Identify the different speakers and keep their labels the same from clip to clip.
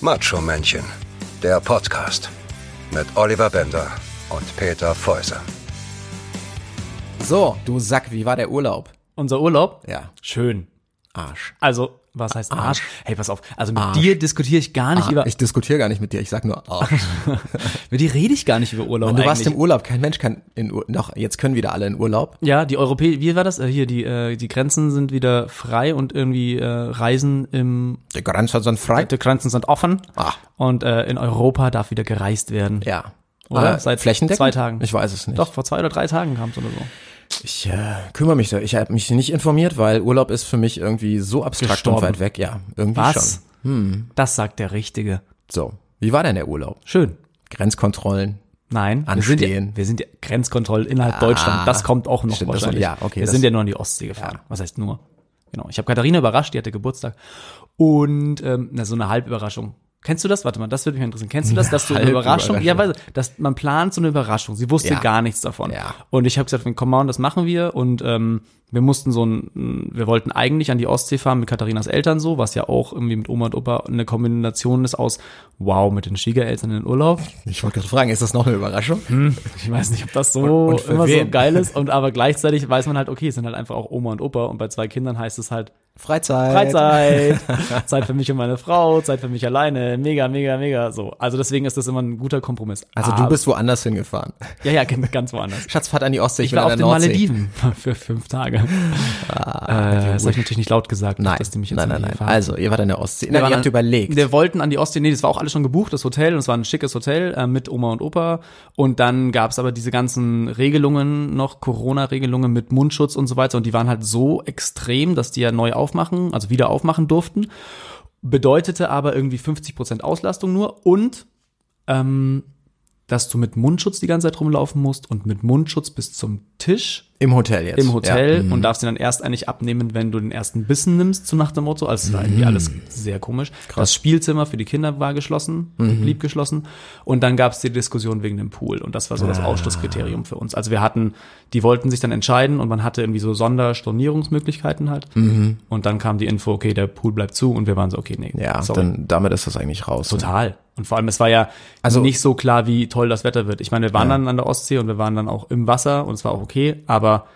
Speaker 1: Macho Männchen, der Podcast mit Oliver Bender und Peter Fäuser.
Speaker 2: So, du Sack, wie war der Urlaub?
Speaker 3: Unser Urlaub?
Speaker 2: Ja.
Speaker 3: Schön.
Speaker 2: Arsch.
Speaker 3: Also, was heißt Arsch? Hey, pass auf. Also mit dir diskutiere ich gar nicht
Speaker 2: Ah,
Speaker 3: über.
Speaker 2: ich diskutiere gar nicht mit dir, ich sag nur Arsch.
Speaker 3: mit dir rede ich gar nicht über Urlaub.
Speaker 2: Und du warst im
Speaker 3: Oh, eigentlich.
Speaker 2: Urlaub, kein Mensch kann in Urlaub. Noch, jetzt können wieder alle in Urlaub.
Speaker 3: Ja, die Europäer, wie war das? Äh, hier, die, äh, die Grenzen sind wieder frei und irgendwie äh, Reisen im
Speaker 2: Die Grenzen sind frei.
Speaker 3: die Grenzen sind offen.
Speaker 2: Ah.
Speaker 3: Und äh, in Europa darf wieder gereist werden.
Speaker 2: Ja.
Speaker 3: Oder?
Speaker 2: Aber
Speaker 3: Seit
Speaker 2: flächendeckend?
Speaker 3: zwei Tagen.
Speaker 2: Ich weiß es nicht.
Speaker 3: Doch, vor zwei oder drei Tagen kam es oder so.
Speaker 2: Ich äh, kümmere mich da. Ich habe mich nicht informiert, weil Urlaub ist für mich irgendwie so abstrakt und
Speaker 3: Gestorben.
Speaker 2: weit weg. Ja, irgendwie schon. Hm.
Speaker 3: Was? Das sagt der Richtige.
Speaker 2: So, wie war denn der Urlaub?
Speaker 3: Schön.
Speaker 2: Grenzkontrollen.
Speaker 3: Nein, wir sind, ja,
Speaker 2: Anstehen. Ah,
Speaker 3: wir sind ja Grenzkontrolle innerhalb Deutschland. Das kommt auch noch
Speaker 2: Stimmt, das-
Speaker 3: wahrscheinlich.
Speaker 2: ja, okay,
Speaker 3: wir
Speaker 2: das-
Speaker 3: sind ja nur in die Ostsee gefahren. Was heißt nur? Genau. Ich habe Katharina überrascht, die hatte Geburtstag. Und ähm, na, so eine Halbüberraschung. Kennst du das? Warte mal, das würde mich mal interessieren. Kennst du das, dass du eine Überraschung,
Speaker 2: Halbüberraschung.
Speaker 3: ja, weil, dass man plant so eine Überraschung. Sie wusste
Speaker 2: Ja.
Speaker 3: gar nichts davon.
Speaker 2: Ja.
Speaker 3: Und ich habe gesagt, komm on, das machen wir. Und ähm, wir mussten so ein, wir wollten eigentlich an die Ostsee fahren mit Katharinas Eltern so, was ja auch irgendwie mit Oma und Opa eine Kombination ist aus, wow, mit den Schwiegereltern in den Urlaub.
Speaker 2: Ich wollte gerade fragen, ist das noch eine Überraschung?
Speaker 3: Ich weiß nicht, ob das so
Speaker 2: Und- und für
Speaker 3: immer
Speaker 2: wen?
Speaker 3: so geil ist. Und aber gleichzeitig weiß man halt, okay, es sind halt einfach auch Oma und Opa. Und bei zwei Kindern heißt es halt
Speaker 2: Freizeit.
Speaker 3: Freizeit, Zeit für mich und meine Frau, Zeit für mich alleine, mega, mega, mega. So, also deswegen ist das immer ein guter Kompromiss.
Speaker 2: Also du
Speaker 3: Aber-
Speaker 2: bist woanders hingefahren.
Speaker 3: ja, ja, gen- ganz woanders.
Speaker 2: Schatz, fahrt an die Ostsee.
Speaker 3: Ich
Speaker 2: bin an
Speaker 3: war auf
Speaker 2: der
Speaker 3: den
Speaker 2: Nordsee. Ah,
Speaker 3: Malediven für fünf Tage. äh, das habe ich natürlich nicht laut gesagt,
Speaker 2: Nein,
Speaker 3: dass die mich jetzt
Speaker 2: nein,
Speaker 3: irgendwie
Speaker 2: nein, nein.
Speaker 3: verhaften.
Speaker 2: Also, ihr wart in der Ostsee. Nein,
Speaker 3: waren
Speaker 2: ihr habt
Speaker 3: an-
Speaker 2: überlegt.
Speaker 3: Wir wollten an die Ostsee, nee, das war auch alles schon gebucht, das Hotel, und es war ein schickes Hotel äh, mit Oma und Opa. Und dann gab es aber diese ganzen Regelungen noch, Corona-Regelungen mit Mundschutz und so weiter. Und die waren halt so extrem, dass die ja neu aufmachen, also wieder aufmachen durften. Bedeutete aber irgendwie 50% Auslastung nur und ähm, dass du mit Mundschutz die ganze Zeit rumlaufen musst und mit Mundschutz bis zum Tisch
Speaker 2: Im Hotel jetzt.
Speaker 3: im Hotel
Speaker 2: Ja. Mhm.
Speaker 3: und darfst ihn dann erst eigentlich abnehmen, wenn du den ersten Bissen nimmst, so nach dem Motto. Also es war irgendwie alles
Speaker 2: Mhm.
Speaker 3: sehr komisch. Das Spielzimmer für die Kinder war geschlossen,
Speaker 2: Mhm.
Speaker 3: blieb geschlossen. Und dann gab es die Diskussion wegen dem Pool. Und das war so das
Speaker 2: Ah.
Speaker 3: Ausschlusskriterium für uns. Also wir hatten, die wollten sich dann entscheiden und man hatte irgendwie so Sonderstornierungsmöglichkeiten halt.
Speaker 2: Mhm.
Speaker 3: Und dann kam die Info, okay, der Pool bleibt zu und wir waren so, okay, nee,
Speaker 2: Ja,
Speaker 3: sorry.
Speaker 2: dann damit ist das eigentlich raus. ne?
Speaker 3: Total. Und vor allem, es war ja
Speaker 2: Also-
Speaker 3: nicht so klar, wie toll das Wetter wird. Ich meine, wir waren dann an der Ostsee und wir waren dann auch im Wasser und es war auch okay, aber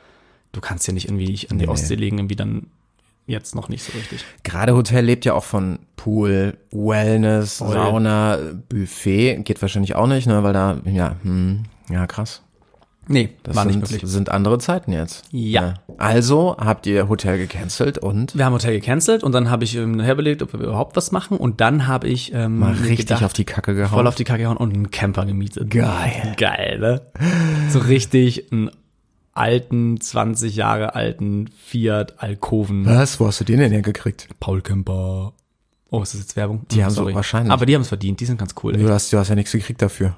Speaker 3: du kannst ja nicht irgendwie dich an die
Speaker 2: Nee.
Speaker 3: Ostsee legen, irgendwie dann jetzt noch nicht so richtig.
Speaker 2: Gerade Hotel lebt ja auch von Pool, Wellness,
Speaker 3: Voll.
Speaker 2: Sauna, Buffet. Geht wahrscheinlich auch nicht, ne? Weil da, ja, hm, ja, krass.
Speaker 3: Nee,
Speaker 2: Das
Speaker 3: war nicht
Speaker 2: sind,
Speaker 3: möglich.
Speaker 2: sind andere Zeiten jetzt.
Speaker 3: Ja.
Speaker 2: Also habt ihr Hotel gecancelt und
Speaker 3: Wir haben Hotel gecancelt und dann habe ich ähm, herbelegt, ob wir überhaupt was machen und dann habe ich ähm,
Speaker 2: mal
Speaker 3: mir
Speaker 2: richtig
Speaker 3: gedacht,
Speaker 2: auf die Kacke gehauen.
Speaker 3: voll auf die Kacke gehauen und einen Camper gemietet.
Speaker 2: Geil.
Speaker 3: Geil, ne? So richtig einen alten, 20 Jahre alten Fiat Alkoven.
Speaker 2: Was? Wo hast du den denn hergekriegt?
Speaker 3: Paul Kemper. Oh, ist das jetzt Werbung?
Speaker 2: Die haben so wahrscheinlich-
Speaker 3: Aber die haben es verdient, die sind ganz cool.
Speaker 2: Du hast, du hast ja nichts gekriegt dafür.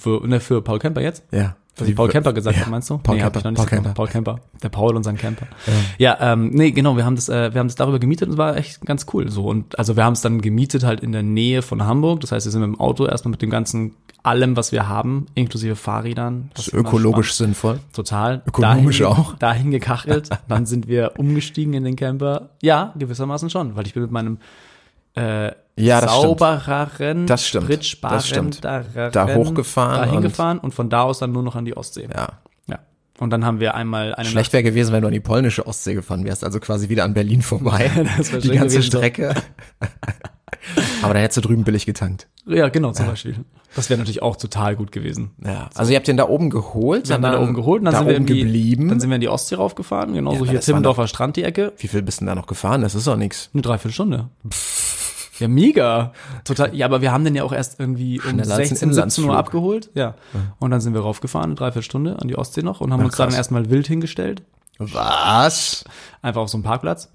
Speaker 3: Für, ne, für Paul Kemper jetzt?
Speaker 2: Ja.
Speaker 3: Was ich Paul Kemper gesagt habe, meinst du?
Speaker 2: Paul
Speaker 3: hab
Speaker 2: Kemper,
Speaker 3: ich noch nicht
Speaker 2: Paul
Speaker 3: gesagt.
Speaker 2: Kemper.
Speaker 3: Paul Kemper. Der Paul und sein Camper. Ja, ähm, nee, genau, wir haben das, äh, wir haben das darüber gemietet und es war echt ganz cool. So. Und also wir haben es dann gemietet halt in der Nähe von Hamburg. Das heißt, wir sind mit dem Auto erstmal mit dem ganzen allem, was wir haben, inklusive Fahrrädern.
Speaker 2: Das
Speaker 3: was
Speaker 2: ist
Speaker 3: immer
Speaker 2: ökologisch sinnvoll.
Speaker 3: Total.
Speaker 2: Ökonomisch
Speaker 3: dahin,
Speaker 2: auch.
Speaker 3: Dahin gekachelt. Dann sind wir umgestiegen in den Camper. Ja, gewissermaßen schon, weil ich bin mit meinem äh,
Speaker 2: Ja, das stimmt.
Speaker 3: saubereren,
Speaker 2: Das stimmt.
Speaker 3: britschbaren,
Speaker 2: Das stimmt.
Speaker 3: dareren-
Speaker 2: Da hochgefahren
Speaker 3: dahin
Speaker 2: und-
Speaker 3: gefahren und von da aus dann nur noch an die Ostsee.
Speaker 2: Ja.
Speaker 3: Ja. Und dann haben wir einmal eine
Speaker 2: Schlecht wäre gewesen, wenn du an die polnische Ostsee gefahren wärst, also quasi wieder an Berlin vorbei.
Speaker 3: Das wär
Speaker 2: die
Speaker 3: schön
Speaker 2: ganze
Speaker 3: gewesen, so.
Speaker 2: Strecke. Aber dann hättest du drüben billig getankt.
Speaker 3: Nacht. Ja, genau, zum Beispiel. Das wäre natürlich auch total gut gewesen.
Speaker 2: Ja. Also ihr habt den da oben geholt,
Speaker 3: Wir haben den da oben geholt und dann
Speaker 2: da
Speaker 3: sind wir
Speaker 2: oben
Speaker 3: irgendwie-
Speaker 2: geblieben.
Speaker 3: Dann sind wir in die Ostsee raufgefahren, genauso
Speaker 2: aber
Speaker 3: hier
Speaker 2: das war
Speaker 3: Timmendorfer Strand die Ecke.
Speaker 2: Wie viel bist du denn da noch gefahren? Das ist doch nix.
Speaker 3: Eine Dreiviertelstunde. Ja, mega. Total. Ja, aber wir haben den ja auch erst irgendwie um
Speaker 2: Schneller als ein
Speaker 3: 16, 17 Uhr
Speaker 2: Inlandsflug.
Speaker 3: abgeholt. Ja. Und dann sind wir raufgefahren, eine Dreiviertelstunde an die Ostsee noch und haben uns da
Speaker 2: krass.
Speaker 3: dann erstmal wild hingestellt.
Speaker 2: Was?
Speaker 3: Einfach auf so einem Parkplatz.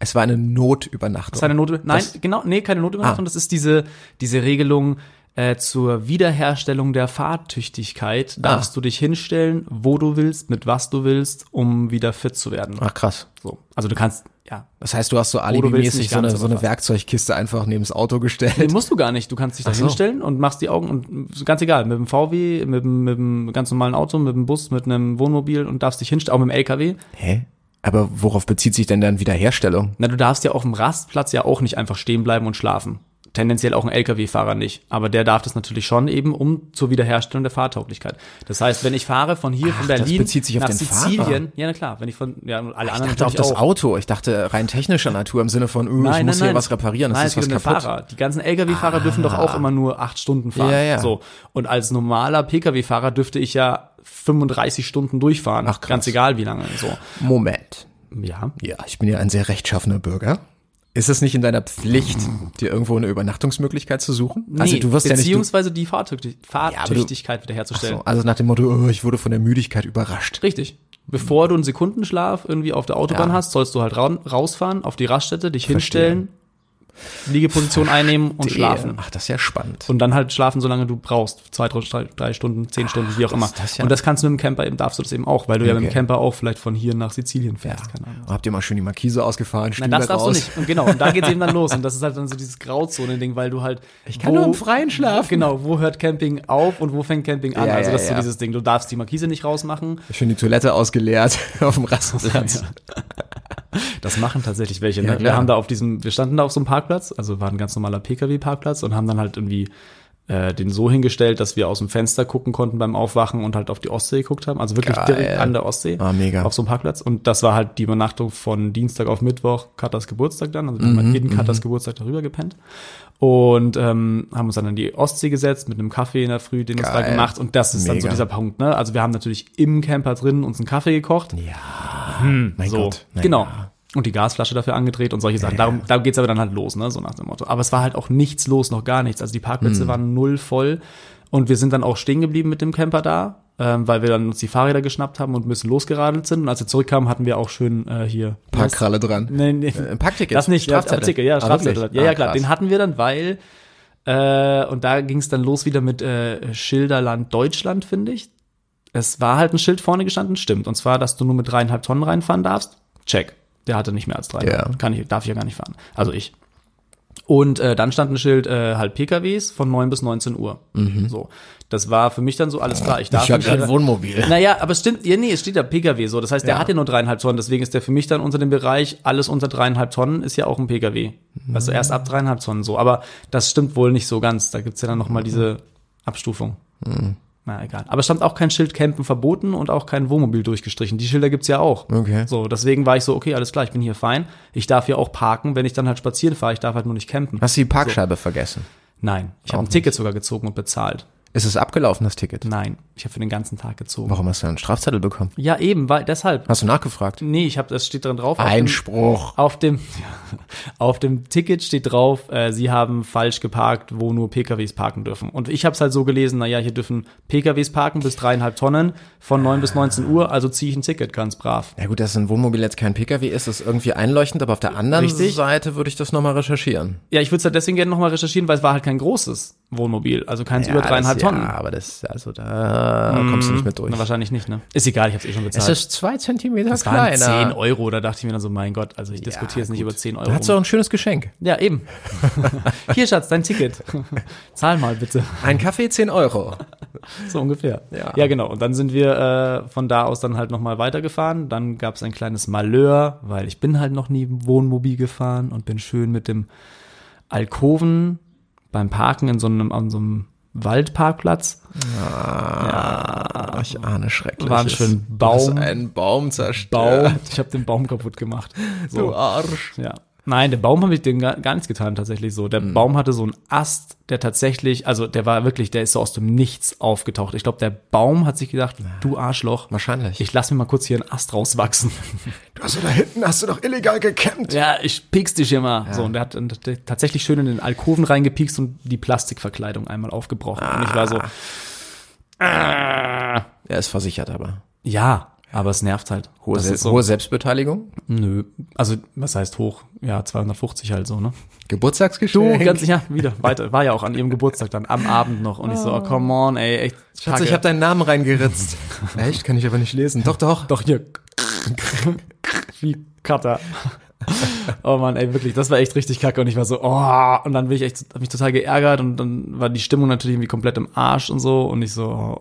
Speaker 2: Es war eine Notübernachtung.
Speaker 3: Ist eine Note. Nein, genau, nee, keine Notübernachtung. Das ist diese, diese Regelung äh, zur Wiederherstellung der Fahrtüchtigkeit. Darfst du dich hinstellen, wo du willst, mit was du willst, um wieder fit zu werden.
Speaker 2: Ach krass.
Speaker 3: So. Also du kannst, ja.
Speaker 2: Das heißt, Oh, du hast so
Speaker 3: willst
Speaker 2: alibimäßig
Speaker 3: nicht
Speaker 2: so eine,
Speaker 3: ganz,
Speaker 2: so eine
Speaker 3: aber fast.
Speaker 2: Werkzeugkiste einfach neben das Auto
Speaker 3: Nee,
Speaker 2: gestellt.
Speaker 3: musst du gar nicht. Du kannst dich da
Speaker 2: so.
Speaker 3: hinstellen und machst die Augen und ganz egal, mit dem VW, mit dem, mit dem ganz normalen Auto, mit dem Bus, mit einem Wohnmobil und darfst dich hinstellen, auch mit dem LKW.
Speaker 2: Hä? Aber worauf bezieht sich denn dann Wiederherstellung?
Speaker 3: Na, du darfst ja auf dem Rastplatz ja auch nicht einfach stehen bleiben und schlafen. tendenziell auch ein Lkw-Fahrer nicht. Aber der darf das natürlich schon eben um zur Wiederherstellung der Fahrtauglichkeit. Das heißt, wenn ich fahre von hier, von
Speaker 2: Ach, das
Speaker 3: Berlin
Speaker 2: bezieht sich auf
Speaker 3: nach
Speaker 2: den
Speaker 3: Sizilien,
Speaker 2: Fahrer.
Speaker 3: ja, na klar, wenn ich von, ja, alle
Speaker 2: Ich
Speaker 3: anderen
Speaker 2: dachte auf
Speaker 3: natürlich
Speaker 2: das
Speaker 3: auch.
Speaker 2: Auto. Ich dachte rein technischer Natur im Sinne von, uh, ich muss hier was reparieren, es
Speaker 3: nein,
Speaker 2: ist
Speaker 3: es
Speaker 2: was
Speaker 3: geht um den
Speaker 2: kaputt. Ah.
Speaker 3: Fahrer. Die ganzen Lkw-Fahrer dürfen doch auch immer nur acht Stunden fahren.
Speaker 2: Ja, ja.
Speaker 3: So. Und als normaler Pkw-Fahrer dürfte ich ja 35 Stunden durchfahren.
Speaker 2: Ach, krass.
Speaker 3: Ganz egal wie lange. So.
Speaker 2: Moment.
Speaker 3: Ja.
Speaker 2: Ja, ich bin ja ein sehr rechtschaffener Bürger. Ist es nicht in deiner Pflicht, dir irgendwo eine Übernachtungsmöglichkeit zu suchen? also
Speaker 3: Nee,
Speaker 2: du wirst ja nicht. Du,
Speaker 3: beziehungsweise die Fahrtüchtig Fahrtüchtigkeit wiederherzustellen.
Speaker 2: so, also nach dem Motto, oh, ich wurde von der Müdigkeit überrascht.
Speaker 3: Richtig. Bevor du einen Sekundenschlaf irgendwie auf der Autobahn
Speaker 2: Ja.
Speaker 3: hast, sollst du halt raun- rausfahren auf die Raststätte, dich hinstellen, Liegeposition einnehmen und schlafen.
Speaker 2: Ach, das ist ja spannend.
Speaker 3: Und dann halt schlafen, solange du brauchst. Zwei, drei, drei Stunden, zehn Stunden, wie auch immer.
Speaker 2: das ja-
Speaker 3: Und das kannst du mit dem Camper eben, darfst du das eben auch, weil du ja mit dem
Speaker 2: Okay.
Speaker 3: Camper auch vielleicht von hier nach Sizilien fährst. Keine Ahnung.
Speaker 2: Habt ihr mal schön die Markise ausgefahren?
Speaker 3: Nein, das darfst du nicht. Und genau, und da geht's eben dann los. Und das ist halt dann so dieses Grauzone-Ding, weil du halt. Ich
Speaker 2: kann nur im Freien schlafen.
Speaker 3: Genau, wo hört Camping auf und wo fängt Camping an?
Speaker 2: Ja,
Speaker 3: also,
Speaker 2: ja,
Speaker 3: das ist so
Speaker 2: ja.
Speaker 3: dieses Ding. Du darfst die Markise nicht rausmachen.
Speaker 2: Schön die Toilette ausgeleert auf dem Rastenplatz.
Speaker 3: Das machen tatsächlich welche.
Speaker 2: Ja,
Speaker 3: Ne? Wir
Speaker 2: klar.
Speaker 3: haben da auf diesem, wir standen da auf so einem Parkplatz, also war ein ganz normaler PKW-Parkplatz und haben dann halt irgendwie äh, den so hingestellt, dass wir aus dem Fenster gucken konnten beim Aufwachen und halt auf die Ostsee geguckt haben. Also wirklich
Speaker 2: Geil.
Speaker 3: direkt an der Ostsee.
Speaker 2: Ah, mega.
Speaker 3: Auf so einem Parkplatz. Und das war halt die Übernachtung von Dienstag auf Mittwoch, Katas Geburtstag dann. Also wir
Speaker 2: Mhm,
Speaker 3: haben halt jeden Katas Geburtstag darüber gepennt. Und ähm, haben uns dann in die Ostsee gesetzt mit einem Kaffee in der Früh, den uns da
Speaker 2: Geil.
Speaker 3: gemacht. Und das ist dann so
Speaker 2: Mega.
Speaker 3: dieser Punkt. Ne? Also wir haben natürlich im Camper drin uns einen Kaffee gekocht
Speaker 2: mein
Speaker 3: so,
Speaker 2: Gott. Nein.
Speaker 3: genau. Und die Gasflasche dafür angedreht und solche Sachen. Darum, darum geht's aber dann halt los, ne? so nach dem Motto. Aber es war halt auch nichts los, noch gar nichts. Also die Parkplätze
Speaker 2: Mhm.
Speaker 3: waren null voll. Und wir sind dann auch stehen geblieben mit dem Camper da, ähm, weil wir dann uns die Fahrräder geschnappt haben und ein bisschen losgeradelt sind. Und als wir zurückkamen, hatten wir auch schön äh, hier
Speaker 2: Parkkralle dran.
Speaker 3: Nee, nee.
Speaker 2: Äh, Packticket.
Speaker 3: Das nicht, ja,
Speaker 2: Strafzettel.
Speaker 3: Artikel, ja,
Speaker 2: Ah,
Speaker 3: Strafzettel.
Speaker 2: wirklich?
Speaker 3: Ja,
Speaker 2: Ah,
Speaker 3: ja, klar.
Speaker 2: krass.
Speaker 3: Den hatten wir dann, weil äh, und da ging es dann los wieder mit äh, Schilderland Deutschland, finde ich. Es war halt ein Schild vorne gestanden, stimmt. Und zwar, dass du nur mit dreieinhalb Tonnen reinfahren darfst. Check. Der hatte nicht mehr als drei.
Speaker 2: Ja.
Speaker 3: Kann ich, darf ich ja gar nicht fahren. Also ich. Und äh, dann stand ein Schild äh, halt PKWs von 9 bis 19 Uhr. So. Das war für mich dann so alles klar. Ich
Speaker 2: Mhm.
Speaker 3: darf
Speaker 2: Ich habe
Speaker 3: nicht
Speaker 2: gerade
Speaker 3: hier-
Speaker 2: ein Wohnmobil.
Speaker 3: naja, aber es stimmt, ja, nee, es steht da PKW so. Das heißt, der hat ja nur dreieinhalb Tonnen, deswegen ist der für mich dann unter dem Bereich, alles unter dreieinhalb Tonnen ist ja auch ein PKW. Also erst ab dreieinhalb Tonnen so. Aber das stimmt wohl nicht so ganz. Da gibt's ja dann nochmal diese Abstufung. Na egal. Aber es stand auch kein Schild Campen verboten und auch kein Wohnmobil durchgestrichen. Die Schilder gibt's ja auch.
Speaker 2: Okay.
Speaker 3: So, deswegen war ich so, okay, alles klar, ich bin hier fein. Ich darf hier auch parken, wenn ich dann halt spazieren fahre. Ich darf halt nur nicht campen.
Speaker 2: Hast du die Parkscheibe vergessen?
Speaker 3: Nein. Ich habe ein Ticket sogar gezogen und bezahlt.
Speaker 2: Ist es abgelaufen, das Ticket?
Speaker 3: Nein. Ich habe für den ganzen Tag gezogen.
Speaker 2: Warum hast du einen Strafzettel bekommen?
Speaker 3: Ja, eben, weil deshalb.
Speaker 2: Hast du nachgefragt?
Speaker 3: Nee, ich habe das steht drin drauf.
Speaker 2: Einspruch.
Speaker 3: Auf dem, auf dem Ticket steht drauf, äh, sie haben falsch geparkt, wo nur PKWs parken dürfen. Und ich habe es halt so gelesen, naja, hier dürfen PKWs parken bis dreieinhalb Tonnen von 9 bis 19 Uhr, also ziehe ich ein Ticket, ganz brav.
Speaker 2: Ja gut, dass ein Wohnmobil jetzt kein Pkw ist, ist irgendwie einleuchtend, aber auf der anderen
Speaker 3: Richtig.
Speaker 2: Seite würde ich das nochmal recherchieren.
Speaker 3: Ja, ich würde es halt deswegen gerne nochmal recherchieren, weil es war halt kein großes Wohnmobil, also keins über dreieinhalb
Speaker 2: das,
Speaker 3: Tonnen. Hm,
Speaker 2: Ja, aber das, also da kommst du nicht mit durch.
Speaker 3: Na, wahrscheinlich nicht, ne? Ist egal, ich habe es eh schon bezahlt.
Speaker 2: ist zwei Zentimeter
Speaker 3: Es waren 10 Euro, da dachte ich mir dann so, mein Gott, also ich diskutiere jetzt nicht über 10 Euro.
Speaker 2: Da hast du auch ein schönes Geschenk.
Speaker 3: Ja, eben. Hier, Schatz, dein Ticket. Zahl mal bitte.
Speaker 2: Ein Kaffee, 10 Euro.
Speaker 3: So ungefähr.
Speaker 2: Ja.
Speaker 3: genau. Und dann sind wir äh, von da aus dann halt nochmal weitergefahren. Dann gab es ein kleines Malheur, weil ich bin halt noch nie im Wohnmobil gefahren und bin schön mit dem Alkoven beim Parken in so einem, an so einem Waldparkplatz.
Speaker 2: Ah, ich ahne schrecklich.
Speaker 3: War ein schön Baum.
Speaker 2: Ein Baum zerstört.
Speaker 3: Baum. Ich habe den Baum kaputt gemacht. So.
Speaker 2: Du Mhm. Arsch.
Speaker 3: Ja. Nein, der Baum habe ich dem gar, gar nichts getan, tatsächlich so. Der Baum hatte so einen Ast, der tatsächlich, also der war wirklich, der ist so aus dem Nichts aufgetaucht. Ich glaube, der Baum hat sich gedacht, du Arschloch,
Speaker 2: Wahrscheinlich.
Speaker 3: ich lass mir mal kurz hier einen Ast rauswachsen.
Speaker 2: du hast da hinten, hast du doch illegal gekämmt.
Speaker 3: Ja, ich piekst dich immer. So, und der hat dann t- tatsächlich schön in den Alkoven reingepiekst und die Plastikverkleidung einmal aufgebrochen. Und ich war so,
Speaker 2: Er ist versichert aber.
Speaker 3: ja, aber es nervt halt.
Speaker 2: Hohe,
Speaker 3: Das
Speaker 2: Se
Speaker 3: ist so,
Speaker 2: hohe Selbstbeteiligung.
Speaker 3: nö. Also, was heißt hoch? Ja, 250 halt so, ne? Du,
Speaker 2: Geburtstagsgeschenk.
Speaker 3: ganz, ja, wieder, weiter, war ja auch an ihrem Geburtstag dann, am Abend noch. Und ich so, oh, come on, ey, echt,
Speaker 2: Schatz, ich habe deinen Namen reingeritzt. Echt? Kann ich aber nicht lesen. Doch, doch.
Speaker 3: doch hier, wie Cutter. Oh Mann, ey, wirklich, das war echt richtig kacke und ich war so, oh, und dann bin ich echt, hab mich total geärgert und dann war die Stimmung natürlich irgendwie komplett im Arsch und so und ich so, oh,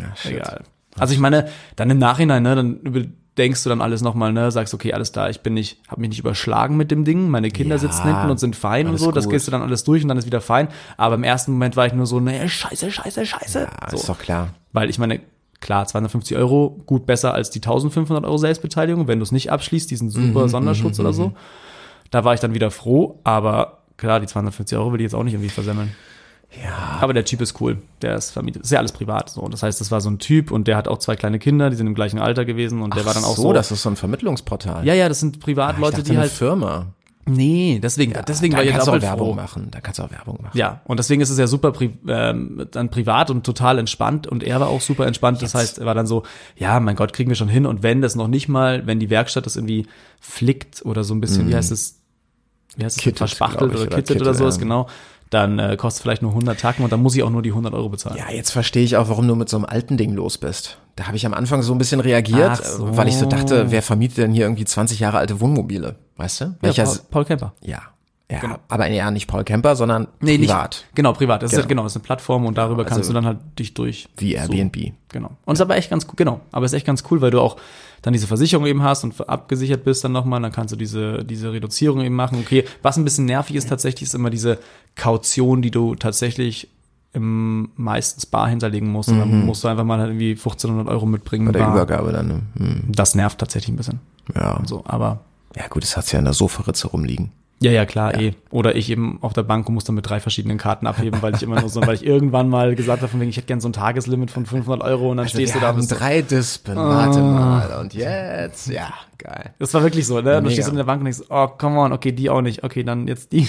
Speaker 2: Ja, shit.
Speaker 3: egal. Also ich meine, dann im Nachhinein, ne, dann über denkst du dann alles nochmal, ne? Sagst, okay, alles da, ich bin nicht, hab mich nicht überschlagen mit dem Ding, meine Kinder
Speaker 2: Ja,
Speaker 3: sitzen hinten und sind fein und
Speaker 2: alles
Speaker 3: so, das
Speaker 2: gut.
Speaker 3: gehst du dann alles durch und dann ist wieder fein. Aber im ersten Moment war ich nur so, ne, scheiße, scheiße, scheiße.
Speaker 2: Ah,
Speaker 3: so.
Speaker 2: Ist doch klar.
Speaker 3: Weil ich meine, klar, 250 Euro, gut besser als die 1500 Euro Selbstbeteiligung, wenn du es nicht abschließt, diesen
Speaker 2: Mhm,
Speaker 3: super Sonderschutz oder so. Da war ich dann wieder froh, aber klar, die 250 Euro will ich jetzt auch nicht irgendwie versemmeln.
Speaker 2: Ja.
Speaker 3: Aber der Typ ist cool, der ist vermietet, ist ja alles privat so. Und das heißt, das war so ein Typ und der hat auch zwei kleine Kinder, die sind im gleichen Alter gewesen und der war dann auch so.
Speaker 2: das ist so ein Vermittlungsportal. Ah,
Speaker 3: ja, ja, das sind
Speaker 2: Ich
Speaker 3: Privatleute,
Speaker 2: dachte,
Speaker 3: die
Speaker 2: eine
Speaker 3: halt.
Speaker 2: Firma.
Speaker 3: Nee, deswegen, deswegen
Speaker 2: Dann
Speaker 3: war ich
Speaker 2: kannst du auch
Speaker 3: doppelt
Speaker 2: Werbung
Speaker 3: froh.
Speaker 2: machen. Dann kannst du auch Werbung machen.
Speaker 3: Ja, und deswegen ist es ja super pri ähm, dann privat und total entspannt und er war auch super entspannt. Das heißt, er war dann so, ja, mein Gott, kriegen wir schon hin. Und wenn das noch nicht mal, wenn die Werkstatt das irgendwie flickt oder so ein bisschen, wie heißt es, wie heißt es,
Speaker 2: Mhm. Kittet, glaub
Speaker 3: verspachtelt
Speaker 2: ich,
Speaker 3: oder
Speaker 2: oder
Speaker 3: kittet oder,
Speaker 2: Kittet,
Speaker 3: sowas,
Speaker 2: ja.
Speaker 3: genau, dann äh, kostet vielleicht nur 100 Tacken und dann muss ich auch nur die 100 Euro bezahlen.
Speaker 2: Ja, jetzt verstehe ich auch, warum du mit so einem alten Ding los bist. Da habe ich am Anfang so ein bisschen reagiert,
Speaker 3: Ach so.
Speaker 2: äh, weil ich so dachte, wer vermietet denn hier irgendwie 20 Jahre alte Wohnmobile? Weißt du? Welcher?
Speaker 3: Paul,
Speaker 2: s-
Speaker 3: Paul Kemper.
Speaker 2: Ja. Ja, aber ja, nicht Paul Kemper, sondern privat.
Speaker 3: Nicht, genau, privat. Das
Speaker 2: Genau. Also
Speaker 3: ist genau, das ist eine Plattform und darüber kannst du dann halt dich durch.
Speaker 2: Wie
Speaker 3: so-
Speaker 2: Airbnb.
Speaker 3: Genau. Und ist aber echt ganz cool, genau. Aber ist echt ganz cool, weil du auch dann diese Versicherung eben hast und abgesichert bist dann nochmal, dann kannst du diese, diese Reduzierung eben machen. Okay, was ein bisschen nervig ist tatsächlich, ist immer diese Kaution, die du tatsächlich im meistens bar hinterlegen musst. Und dann musst du einfach mal halt irgendwie 1500 Euro mitbringen.
Speaker 2: Mhm. Bei der
Speaker 3: bar.
Speaker 2: Übergabe dann. ne? Hm,
Speaker 3: Das nervt tatsächlich ein bisschen.
Speaker 2: ja.
Speaker 3: So, aber.
Speaker 2: ja, gut, das hat's ja in der Sofaritze rumliegen.
Speaker 3: Ja, ja, klar, eh. Oder ich eben auf der Bank und muss dann mit drei verschiedenen Karten abheben, weil ich immer nur so, weil ich irgendwann mal gesagt habe, von wegen, ich hätte gerne so ein Tageslimit von 500 Euro und
Speaker 2: Also
Speaker 3: dann stehst du Ah. da und bist so,
Speaker 2: drei Dispen. Warte mal. Und jetzt, ja, geil.
Speaker 3: Das war wirklich so, ne? Du
Speaker 2: Mega.
Speaker 3: stehst in der Bank und denkst, oh, come on, okay, die auch nicht. Okay, dann jetzt die.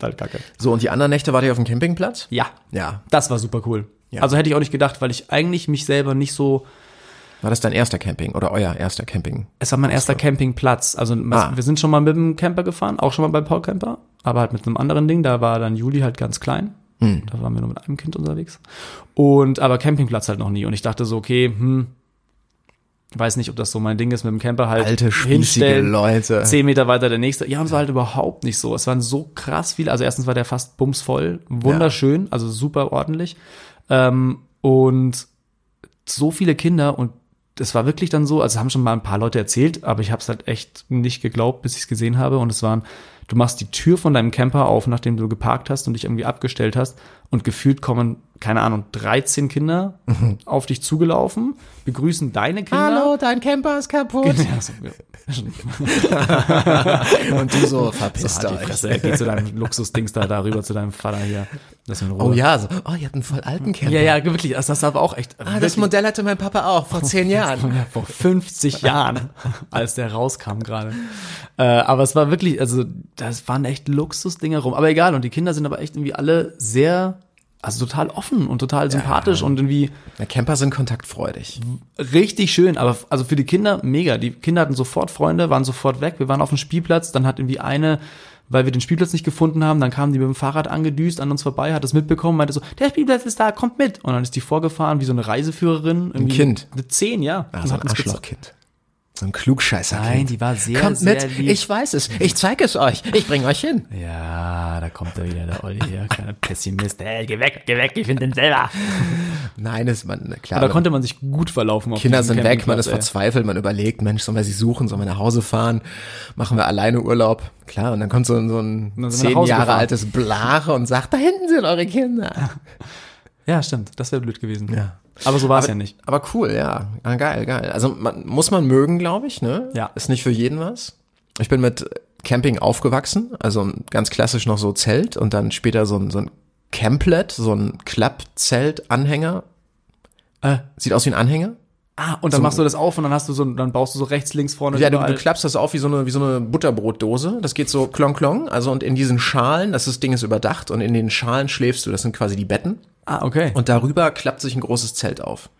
Speaker 2: Halt
Speaker 3: Total kacke.
Speaker 2: So, und die anderen Nächte wart ihr auf dem Campingplatz?
Speaker 3: Ja,
Speaker 2: Ja.
Speaker 3: das war super cool.
Speaker 2: Ja.
Speaker 3: Also hätte ich auch nicht gedacht, weil ich eigentlich mich selber nicht so.
Speaker 2: War das dein erster Camping oder euer erster Camping?
Speaker 3: Es war mein erster Campingplatz. Also
Speaker 2: Ah.
Speaker 3: wir sind schon mal mit dem Camper gefahren, auch schon mal bei Paul Camper, aber halt mit einem anderen Ding. Da war dann Juli halt ganz klein.
Speaker 2: Hm.
Speaker 3: Da waren wir nur mit einem Kind unterwegs. Und aber Campingplatz halt noch nie. Und ich dachte so, okay, hm, weiß nicht, ob das so mein Ding ist mit dem Camper halt.
Speaker 2: Alte, spießige
Speaker 3: hinstellen.
Speaker 2: Leute.
Speaker 3: zehn Meter weiter der nächste. Ja, und es war halt überhaupt nicht so. Es waren so krass viele. Also erstens war der fast bumsvoll, wunderschön, also super ordentlich. Ähm, und so viele Kinder und es war wirklich dann so, also es haben schon mal ein paar Leute erzählt, aber ich habe es halt echt nicht geglaubt, bis ich es gesehen habe. Und es waren, du machst die Tür von deinem Camper auf, nachdem du geparkt hast und dich irgendwie abgestellt hast. Und gefühlt kommen, keine Ahnung, 13 Kinder auf dich zugelaufen, begrüßen deine Kinder.
Speaker 2: dein Camper ist kaputt.
Speaker 3: Ja, so, ja.
Speaker 2: Genau. Und du so, verpisst
Speaker 3: Halt die Fresse, ey, geh zu deinem Luxusdings da darüber, zu deinem Vater hier. Lass mich in Ruhe.
Speaker 2: Oh ja, so, oh, ihr habt einen voll alten Camper.
Speaker 3: Ja, ja, wirklich. Also das war aber auch echt.
Speaker 2: Ah, das
Speaker 3: wirklich-
Speaker 2: Modell hatte mein Papa auch vor zehn Jahren.
Speaker 3: ja, vor 50 Jahren, als der rauskam gerade. Äh, aber es war wirklich, also das waren echt Luxusdinger rum. Aber egal, und die Kinder sind aber echt irgendwie alle sehr, also total offen und total sympathisch und irgendwie
Speaker 2: Na, Camper sind kontaktfreudig.
Speaker 3: richtig schön. Aber f- also für die Kinder mega. Die Kinder hatten sofort Freunde, waren sofort weg. Wir waren auf dem Spielplatz, dann hat irgendwie eine weil wir den Spielplatz nicht gefunden haben, dann kamen die mit dem Fahrrad angedüst an uns vorbei, hat es mitbekommen, meinte so, der Spielplatz ist da, kommt mit. Und dann ist die vorgefahren wie so eine Reiseführerin. Ein
Speaker 2: Kind?
Speaker 3: Eine Zehn, ja.
Speaker 2: Ah,
Speaker 3: Und
Speaker 2: so
Speaker 3: hat
Speaker 2: ein
Speaker 3: uns gezeigt-
Speaker 2: Arschlochkind. So ein Klugscheißerkind.
Speaker 3: Nein, die war sehr,
Speaker 2: Kommt
Speaker 3: sehr
Speaker 2: mit,
Speaker 3: lieb.
Speaker 2: ich weiß es, ich zeige es euch, ich bringe euch hin.
Speaker 3: Ja, da kommt er wieder, der Olli hier, kleiner Pessimist. Ey, geh weg, geh weg, ich finde den selber.
Speaker 2: Nein, ist man, klar.
Speaker 3: Da
Speaker 2: man-
Speaker 3: konnte man sich gut verlaufen. Auf
Speaker 2: Kinder
Speaker 3: diesem
Speaker 2: sind weg, man
Speaker 3: Campingplatz,
Speaker 2: ist verzweifelt, man überlegt, Mensch, sollen wir sie suchen, sollen wir nach Hause fahren, machen wir alleine Urlaub. Klar, und dann kommt so ein, so ein
Speaker 3: dann sind wir nach
Speaker 2: zehn
Speaker 3: Hause
Speaker 2: Jahre
Speaker 3: gefahren.
Speaker 2: altes Blare und sagt, da hinten sind eure Kinder.
Speaker 3: ey. Ja, stimmt, das wäre blöd gewesen.
Speaker 2: Ja.
Speaker 3: Aber so war es ja nicht.
Speaker 2: Aber cool, ja. Ah, geil, geil. Also man, muss man mögen, glaube ich, ne?
Speaker 3: Ja.
Speaker 2: Ist nicht für jeden was. Ich bin mit Camping aufgewachsen, also ganz klassisch noch so Zelt und dann später so ein, so ein Camplet, so ein Klappzelt-Anhänger. Äh, sieht aus wie ein Anhänger.
Speaker 3: Ah, und dann machst du das auf und dann hast du so, dann baust du so rechts, links, vorne.
Speaker 2: Ja, du,
Speaker 3: überall.
Speaker 2: du klappst das auf wie so eine, wie so eine Butterbrotdose. Das geht so klong klong. Also und in diesen Schalen, das ist, Ding ist überdacht und in den Schalen schläfst du. Das sind quasi die Betten.
Speaker 3: Ah, okay.
Speaker 2: Und darüber klappt sich ein großes Zelt auf.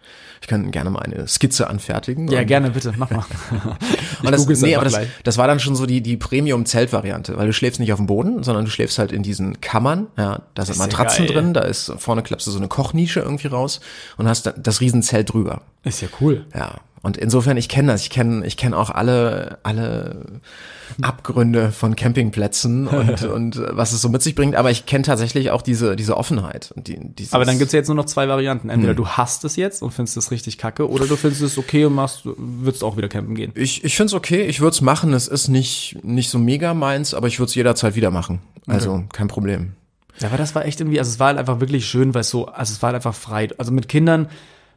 Speaker 2: Ich kann gerne mal eine Skizze anfertigen.
Speaker 3: ja,
Speaker 2: und,
Speaker 3: gerne, bitte, mach mal.
Speaker 2: Und das,
Speaker 3: google's
Speaker 2: nee,
Speaker 3: einfach
Speaker 2: aber das,
Speaker 3: gleich.
Speaker 2: das war dann schon so die, die Premium-Zelt-Variante, weil du schläfst nicht auf dem Boden, sondern du schläfst halt in diesen Kammern. Ja, da sind
Speaker 3: ja
Speaker 2: Matratzen
Speaker 3: geil.
Speaker 2: drin, da ist vorne klappst du so eine Kochnische irgendwie raus und hast da- das Riesenzelt drüber.
Speaker 3: Ist ja cool.
Speaker 2: Ja, Und insofern, ich kenne das. Ich kenne ich kenn auch alle, alle Abgründe von Campingplätzen und, und äh, was es so mit sich bringt. Aber ich kenne tatsächlich auch diese, diese Offenheit. Und die, dieses,
Speaker 3: Aber dann gibt's ja jetzt nur noch zwei Varianten. Entweder du hasst es jetzt und findest es richtig kacke, oder du findest es okay und machst, würdest auch wieder campen gehen.
Speaker 2: Ich, ich find's okay, ich würd's machen. Es ist nicht, nicht so mega meins, aber ich würd's jederzeit wieder machen. Also kein Problem.
Speaker 3: Ja, aber das war echt irgendwie, also es war halt einfach wirklich schön, weil es so, also es war halt einfach frei. Also mit Kindern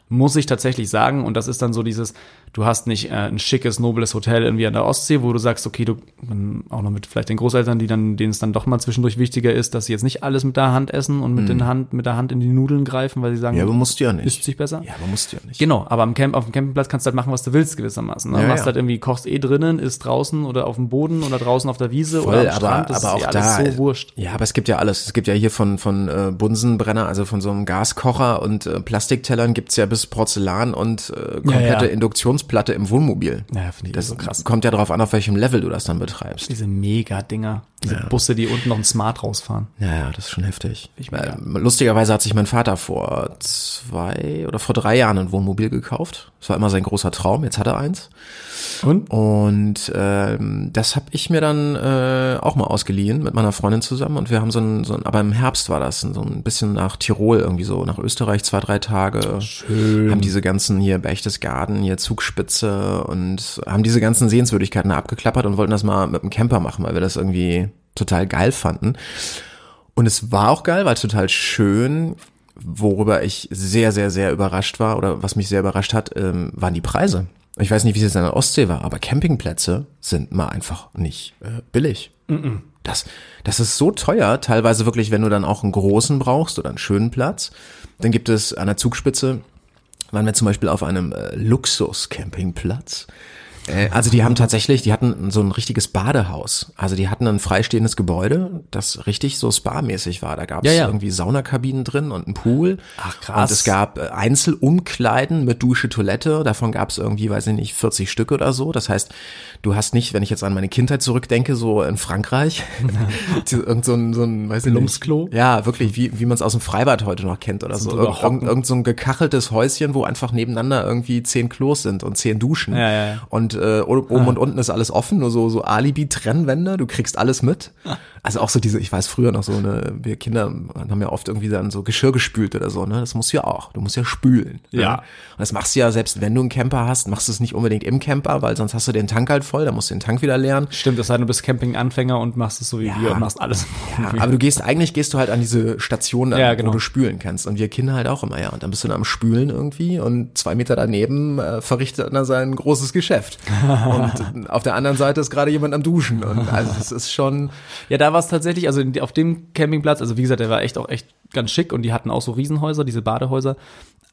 Speaker 3: muss ich tatsächlich sagen, und das ist dann so dieses, du hast nicht äh, ein schickes, nobles Hotel irgendwie an der Ostsee, wo du sagst, okay, du ähm, auch noch mit vielleicht den Großeltern, die dann, denen es dann doch mal zwischendurch wichtiger ist, dass sie jetzt nicht alles mit der Hand essen und mit den Hand, mit der Hand in die Nudeln greifen, weil sie sagen,
Speaker 2: musst du Mhm. ja
Speaker 3: isst sich besser.
Speaker 2: Ja, aber musst du ja nicht.
Speaker 3: Genau, aber am Camp, auf dem Campingplatz kannst du halt machen, was du willst, gewissermaßen. Ne?
Speaker 2: Ja,
Speaker 3: machst
Speaker 2: ja.
Speaker 3: halt irgendwie, kochst eh drinnen, isst draußen oder auf dem Boden oder draußen auf der Wiese oder am
Speaker 2: Voll, aber,
Speaker 3: Strand. Das
Speaker 2: aber auch
Speaker 3: ist eh
Speaker 2: da.
Speaker 3: alles so wurscht.
Speaker 2: Ja, aber es gibt ja alles. Es gibt ja hier von, von äh, Bunsenbrenner, also von so einem Gaskocher und äh, Plastiktellern gibt's ja bis Porzellan und äh, komplette
Speaker 3: ja.
Speaker 2: Induktionsplatte im Wohnmobil.
Speaker 3: Ja, finde ich
Speaker 2: das
Speaker 3: so krass.
Speaker 2: kommt ja darauf an, auf welchem Level du das dann betreibst.
Speaker 3: Diese Mega-Dinger, diese Busse, die unten noch ein Smart rausfahren.
Speaker 2: Ja, ja, das ist schon heftig.
Speaker 3: Ich mega.
Speaker 2: Ähm, Lustigerweise hat sich mein Vater vor zwei oder vor drei Jahren ein Wohnmobil gekauft. Das war immer sein großer Traum. Jetzt hat er eins.
Speaker 3: Und?
Speaker 2: Oh. Und ähm, das habe ich mir dann äh, auch mal ausgeliehen mit meiner Freundin zusammen und wir haben so ein, so ein, aber im Herbst war das, so ein bisschen nach Tirol irgendwie so, nach Österreich zwei, drei Tage. Schön. Haben diese ganzen hier Berchtesgaden, hier Zugspitze und haben diese ganzen Sehenswürdigkeiten da abgeklappert und wollten das mal mit dem Camper machen, weil wir das irgendwie total geil fanden. Und es war auch geil, war total schön. Worüber ich sehr, sehr, sehr überrascht war oder was mich sehr überrascht hat, ähm, waren die Preise. Ich weiß nicht, wie es jetzt an der Ostsee war, aber Campingplätze sind mal einfach nicht äh, billig. Das, das ist so teuer, teilweise wirklich, wenn du dann auch einen großen brauchst oder einen schönen Platz. Dann gibt es an der Zugspitze, waren wir zum Beispiel auf einem äh, Luxus-Campingplatz. Äh, Also die haben tatsächlich, die hatten so ein richtiges Badehaus. Also die hatten ein freistehendes Gebäude, das richtig so spa-mäßig war. Da gab es
Speaker 3: Ja, ja.
Speaker 2: irgendwie Saunakabinen drin und einen Pool.
Speaker 3: Ach, krass.
Speaker 2: Und es gab äh, Einzelumkleiden mit Dusche, Toilette. Davon gab es irgendwie, weiß ich nicht, 40 Stück oder so. Das heißt, du hast nicht, wenn ich jetzt an meine Kindheit zurückdenke, so in Frankreich, irgend so ein, so ein weiß ich nicht.
Speaker 3: Plumpsklo?
Speaker 2: Ja, wirklich, wie, wie man es aus dem Freibad heute noch kennt oder so.
Speaker 3: sogar
Speaker 2: Irgend, irgend, irgend so ein gekacheltes Häuschen, wo einfach nebeneinander irgendwie zehn Klos sind und zehn Duschen.
Speaker 3: Ja, ja, Ah. ja.
Speaker 2: Und äh, o- oben und unten ist alles offen, nur so, so Alibi-Trennwände, du kriegst alles mit.
Speaker 3: Ah.
Speaker 2: Also auch so diese, ich weiß früher noch so, ne, wir Kinder haben ja oft irgendwie dann so Geschirr gespült oder so, ne? Das musst du ja auch. Du musst ja spülen.
Speaker 3: Ja.
Speaker 2: Ne? Und das machst du ja, selbst wenn du einen Camper hast, machst du es nicht unbedingt im Camper, weil sonst hast du den Tank halt voll, dann musst du den Tank wieder leeren.
Speaker 3: Stimmt, das heißt, du bist Campinganfänger und machst es so wie wir und machst alles.
Speaker 2: Ja, aber du gehst, eigentlich gehst du halt an diese Station, dann,
Speaker 3: Ja, genau.
Speaker 2: wo du spülen kannst. Und wir Kinder halt auch immer, ja. Und dann bist du da am Spülen irgendwie und zwei Meter daneben äh, verrichtet einer sein großes Geschäft. und auf der anderen Seite ist gerade jemand am Duschen. Und also es ist schon,
Speaker 3: Ja, da war es tatsächlich, also in- auf dem Campingplatz, also wie gesagt, der war echt auch echt ganz schick und die hatten auch so Riesenhäuser, diese Badehäuser.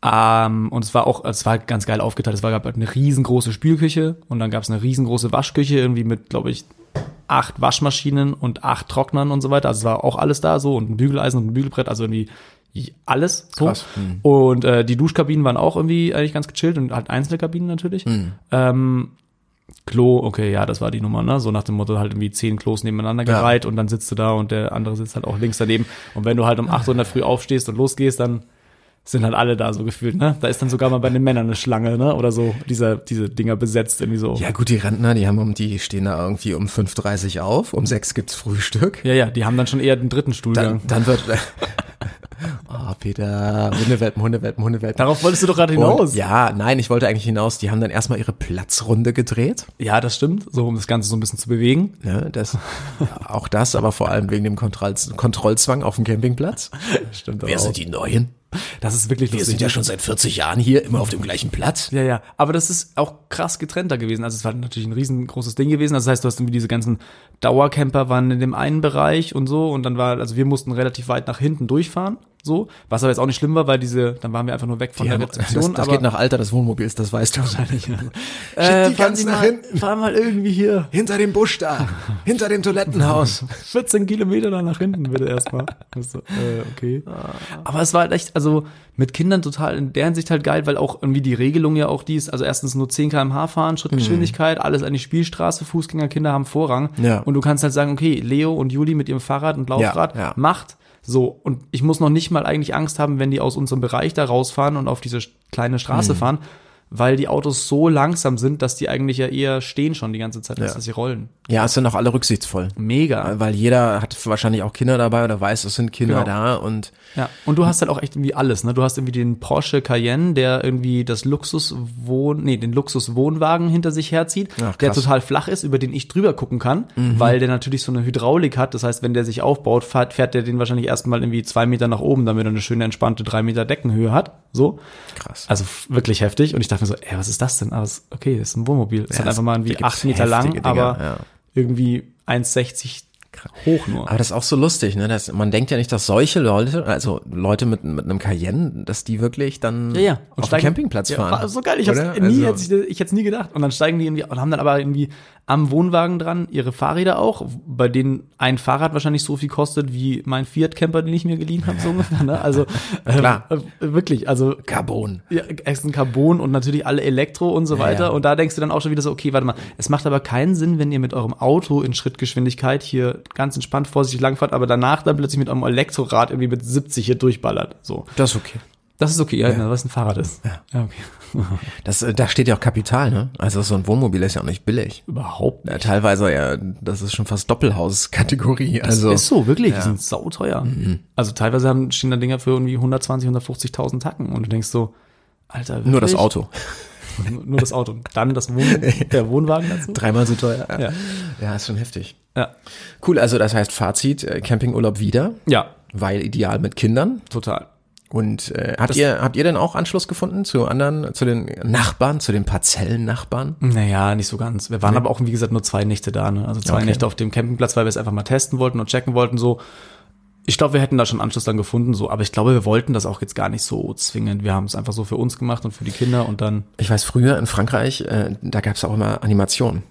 Speaker 3: Ähm, und es war auch, es war ganz geil aufgeteilt. Es war, gab halt eine riesengroße Spülküche und dann gab es eine riesengroße Waschküche, irgendwie mit, glaube ich, acht Waschmaschinen und acht Trocknern und so weiter. Also es war auch alles da so und ein Bügeleisen und ein Bügelbrett, also irgendwie j- alles so.
Speaker 2: Krass, Hm.
Speaker 3: Und äh, die Duschkabinen waren auch irgendwie eigentlich ganz gechillt und halt einzelne Kabinen natürlich.
Speaker 2: Hm.
Speaker 3: Ähm, Klo, okay, ja, das war die Nummer, ne? So nach dem Motto halt irgendwie zehn Klos nebeneinander
Speaker 2: Ja.
Speaker 3: gereiht und dann sitzt du da und der andere sitzt halt auch links daneben. Und wenn du halt um 8 Uhr in der Früh aufstehst und losgehst, dann sind halt alle da so gefühlt, ne? Da ist dann sogar mal bei den Männern eine Schlange, ne? Oder so, dieser, diese Dinger besetzt irgendwie so.
Speaker 2: ja gut, die Rentner, die haben um, die stehen da irgendwie um 5.30 Uhr auf, um 6 gibt's Frühstück.
Speaker 3: ja, ja, die haben dann schon eher den dritten Stuhlgang.
Speaker 2: Dann, dann wird, oh Peter, Hundewelpen, Hundewelpen, Hundewelpen.
Speaker 3: Darauf wolltest du doch gerade
Speaker 2: Und,
Speaker 3: hinaus.
Speaker 2: ja, nein, ich wollte eigentlich hinaus. Die haben dann erstmal ihre Platzrunde gedreht.
Speaker 3: ja, das stimmt. So, um das Ganze so ein bisschen zu bewegen.
Speaker 2: Ne, das, auch das, aber vor allem wegen dem Kontroll Kontrollzwang auf dem Campingplatz.
Speaker 3: Stimmt
Speaker 2: Wer sind die Neuen?
Speaker 3: Das ist wirklich
Speaker 2: Wir
Speaker 3: lustig.
Speaker 2: sind ja schon seit 40 Jahren hier, immer auf dem gleichen Platz.
Speaker 3: Ja, ja. Aber das ist auch krass getrennt da gewesen. Also es war natürlich ein riesengroßes Ding gewesen. Also Das heißt, du hast irgendwie diese ganzen Dauercamper waren in dem einen Bereich und so. Und dann war, also wir mussten relativ weit nach hinten durchfahren. So. Was aber jetzt auch nicht schlimm war, weil diese, dann waren wir einfach nur weg von
Speaker 2: Ja,
Speaker 3: der
Speaker 2: das
Speaker 3: Rezeption.
Speaker 2: das
Speaker 3: aber,
Speaker 2: geht nach Alter des Wohnmobils, das weißt du wahrscheinlich.
Speaker 3: äh,
Speaker 2: die
Speaker 3: fahren Sie
Speaker 2: ganz nach
Speaker 3: mal,
Speaker 2: hinten.
Speaker 3: fahren mal irgendwie hier
Speaker 2: Hinter dem Busch da, hinter dem Toilettenhaus.
Speaker 3: 14 Kilometer dann nach hinten bitte erstmal. Das, äh, okay. Aber es war halt echt, also mit Kindern total in der Hinsicht halt geil, weil auch irgendwie die Regelung ja auch die ist, also erstens nur 10 km/h fahren, Schrittgeschwindigkeit, alles an die Spielstraße, Fußgänger, Kinder haben Vorrang.
Speaker 2: Mhm. Ja.
Speaker 3: Und du kannst halt sagen, okay, Leo und Juli mit ihrem Fahrrad und Laufrad
Speaker 2: Ja, ja.
Speaker 3: macht so. Und
Speaker 2: Mhm.
Speaker 3: ich muss noch nicht mal eigentlich Angst haben, wenn die aus unserem Bereich da rausfahren und auf diese sch- kleine Straße fahren. weil die Autos so langsam sind, dass die eigentlich ja eher stehen schon die ganze Zeit, als
Speaker 2: Ja.
Speaker 3: dass sie rollen.
Speaker 2: Ja, es sind auch alle rücksichtsvoll. Äh,
Speaker 3: Mega.
Speaker 2: Weil jeder hat wahrscheinlich auch Kinder dabei oder weiß, es sind Kinder
Speaker 3: Genau.
Speaker 2: da und
Speaker 3: Ja, und du hast halt auch echt irgendwie alles, ne? Du hast irgendwie den Porsche Cayenne, der irgendwie das Luxuswohn, nee, den Luxuswohnwagen hinter sich herzieht,
Speaker 2: Ach, krass. Mhm.
Speaker 3: der total flach ist, über den ich drüber gucken kann, weil der natürlich so eine Hydraulik hat. Das heißt, wenn der sich aufbaut, fährt, fährt der den wahrscheinlich erstmal irgendwie zwei Meter nach oben, damit er eine schöne, entspannte drei Meter Deckenhöhe hat. So.
Speaker 2: krass.
Speaker 3: Also f- wirklich heftig. Und ich dachte mir so, ey, was ist das denn? Aber es, okay, das ist ein Wohnmobil. Es
Speaker 2: Ja,
Speaker 3: hat einfach
Speaker 2: es-
Speaker 3: mal
Speaker 2: da
Speaker 3: irgendwie
Speaker 2: gibt's
Speaker 3: acht Meter lang,
Speaker 2: heftige Dinger,
Speaker 3: aber
Speaker 2: ja.
Speaker 3: irgendwie 1,60 hoch nur.
Speaker 2: Aber das ist auch so lustig, ne? Das, man denkt ja nicht, dass solche Leute, also Leute mit, mit einem Cayenne, dass die wirklich dann
Speaker 3: Ja, ja.
Speaker 2: auf den
Speaker 3: steigen-
Speaker 2: Campingplatz
Speaker 3: ja,
Speaker 2: fahren.
Speaker 3: War so geil. Ich hab's
Speaker 2: Oder?
Speaker 3: nie,
Speaker 2: Also-
Speaker 3: hätte ich, ich hätte nie gedacht. Und dann steigen die irgendwie und haben dann aber irgendwie am Wohnwagen dran ihre Fahrräder auch, bei denen ein Fahrrad wahrscheinlich so viel kostet wie mein Fiat Camper, den ich mir geliehen habe, so ungefähr. Ne? Also ähm,
Speaker 2: Klar.
Speaker 3: äh, wirklich, also
Speaker 2: Carbon.
Speaker 3: ja, es ist ein Carbon und natürlich alle Elektro und so
Speaker 2: Ja,
Speaker 3: weiter.
Speaker 2: ja.
Speaker 3: Und da denkst du dann auch schon wieder so, okay, warte mal, es macht aber keinen Sinn, wenn ihr mit eurem Auto in Schrittgeschwindigkeit hier ganz entspannt vorsichtig langfahrt, aber danach dann plötzlich mit eurem Elektrorad irgendwie mit 70 hier durchballert. So.
Speaker 2: Das ist okay.
Speaker 3: Das ist okay, ja, ja. was ein Fahrrad ist. Ja, okay.
Speaker 2: Das, äh, da steht ja auch Kapital, ne? Also so ein Wohnmobil ist ja auch nicht billig.
Speaker 3: Überhaupt
Speaker 2: Ja, teilweise ja, das ist schon fast Doppelhaus-Kategorie. Also Mhm.
Speaker 3: Ist so, wirklich. Die sind sauteuer. Also teilweise haben, stehen da Dinger für irgendwie 120, 150.000 Tacken. Und du denkst so, Alter, wirklich?
Speaker 2: nur das Auto.
Speaker 3: Nur das Auto. Dann das Wohn der Wohnwagen dazu.
Speaker 2: Dreimal so teuer.
Speaker 3: Ja.
Speaker 2: ja, ist schon heftig.
Speaker 3: Ja.
Speaker 2: Cool, also das heißt Fazit, äh, Campingurlaub wieder,
Speaker 3: ja,
Speaker 2: weil ideal mit Kindern.
Speaker 3: total.
Speaker 2: Und äh, habt, ihr, habt ihr denn auch Anschluss gefunden zu anderen, zu den Nachbarn, zu den Parzellen-Nachbarn?
Speaker 3: Naja, nicht so ganz. Wir waren aber auch, wie gesagt, nur zwei Nächte da. Ne? Also zwei
Speaker 2: Okay.
Speaker 3: Nächte auf dem Campingplatz, weil wir es einfach mal testen wollten und checken wollten. So, ich glaube, wir hätten da schon Anschluss dann gefunden. So, aber ich glaube, wir wollten das auch jetzt gar nicht so zwingend. Wir haben es einfach so für uns gemacht und für die Kinder und dann.
Speaker 2: Ich weiß, früher in Frankreich, äh, da gab's auch immer Animationen.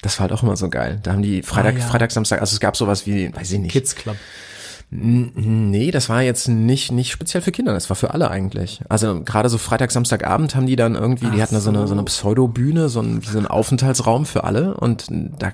Speaker 2: Das war halt auch immer so geil. Da haben die Freitag,
Speaker 3: Ah, ja.
Speaker 2: Freitag, Samstag, also es gab sowas wie, weiß ich nicht.
Speaker 3: Kids Club.
Speaker 2: Nee, das war jetzt nicht, nicht speziell für Kinder, das war für alle eigentlich. Also gerade so Freitag, Samstagabend haben die dann irgendwie, die hatten da so eine, so eine Pseudo-Bühne, so ein, wie so ein Aufenthaltsraum für alle und da,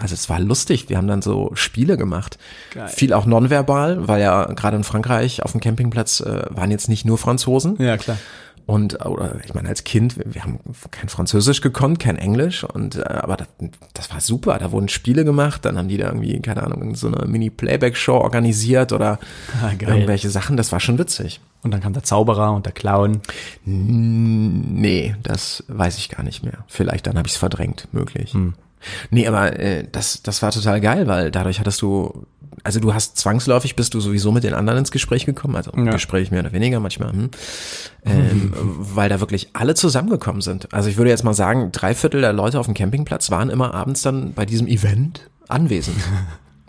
Speaker 2: also es war lustig, wir haben dann so Spiele gemacht.
Speaker 3: Geil.
Speaker 2: Viel auch nonverbal, weil ja gerade in Frankreich auf dem Campingplatz äh, waren jetzt nicht nur Franzosen.
Speaker 3: Ja, klar.
Speaker 2: Und äh, oder ich meine, als Kind, wir- wir haben kein Französisch gekonnt, kein Englisch und äh, aber das, das war super. Da wurden Spiele gemacht, dann haben die da irgendwie, keine Ahnung, so eine Mini-Playback-Show organisiert oder
Speaker 3: Ah, geil.
Speaker 2: irgendwelche Sachen. Das war schon witzig.
Speaker 3: Und dann kam der Zauberer und der Clown.
Speaker 2: Nee, das weiß ich gar nicht mehr. Vielleicht dann habe ich es verdrängt, möglich.
Speaker 3: Hm.
Speaker 2: Nee, aber äh, das, das war total geil, weil dadurch hattest du, also du hast zwangsläufig bist du sowieso mit den anderen ins Gespräch gekommen, also
Speaker 3: Ja.
Speaker 2: Gespräch mehr oder weniger manchmal, hm. ähm, weil da wirklich alle zusammengekommen sind. Also ich würde jetzt mal sagen, drei Viertel der Leute auf dem Campingplatz waren immer abends dann bei diesem Event anwesend.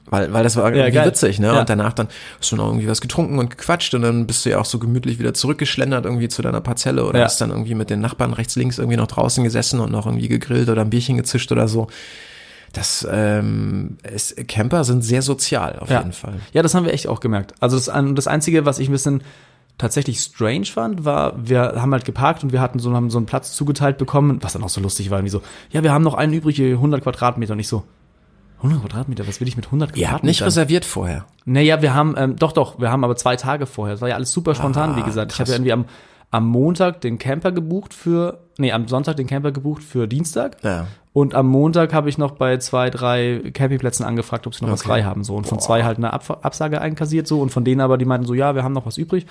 Speaker 2: Weil, weil das war irgendwie
Speaker 3: geil.
Speaker 2: witzig, ne?
Speaker 3: Ja.
Speaker 2: Und danach dann hast du noch irgendwie was getrunken und gequatscht und dann bist du ja auch so gemütlich wieder zurückgeschlendert irgendwie zu deiner Parzelle oder
Speaker 3: Ja.
Speaker 2: hast dann irgendwie mit den Nachbarn rechts, links irgendwie noch draußen gesessen und noch irgendwie gegrillt oder ein Bierchen gezischt oder so. Das, ähm, es, Camper sind sehr sozial auf jeden Fall.
Speaker 3: Ja, das haben wir echt auch gemerkt. Also das, an- das Einzige, was ich ein bisschen tatsächlich strange fand, war, wir haben halt geparkt und wir hatten so, haben so einen Platz zugeteilt bekommen, was dann auch so lustig war, irgendwie so, ja, wir haben noch einen übrig, hier 100 Quadratmeter, und ich so, 100 Quadratmeter, was will ich mit 100
Speaker 2: Ihr habt nicht
Speaker 3: Quadratmetern?
Speaker 2: reserviert vorher.
Speaker 3: Naja, wir haben, ähm, doch, doch, wir haben aber zwei Tage vorher, das war ja alles super spontan,
Speaker 2: Ah,
Speaker 3: wie gesagt. Ich
Speaker 2: krass.
Speaker 3: habe ja irgendwie am, am Montag den Camper gebucht für, nee, am Sonntag den Camper gebucht für Dienstag.
Speaker 2: Ja.
Speaker 3: Und am Montag habe ich noch bei zwei, drei Campingplätzen angefragt, ob sie noch was
Speaker 2: Okay.
Speaker 3: frei haben. So. Und von zwei halt eine Abf Absage einkassiert so. Und von denen aber, die meinten so, ja, wir haben noch was übrig.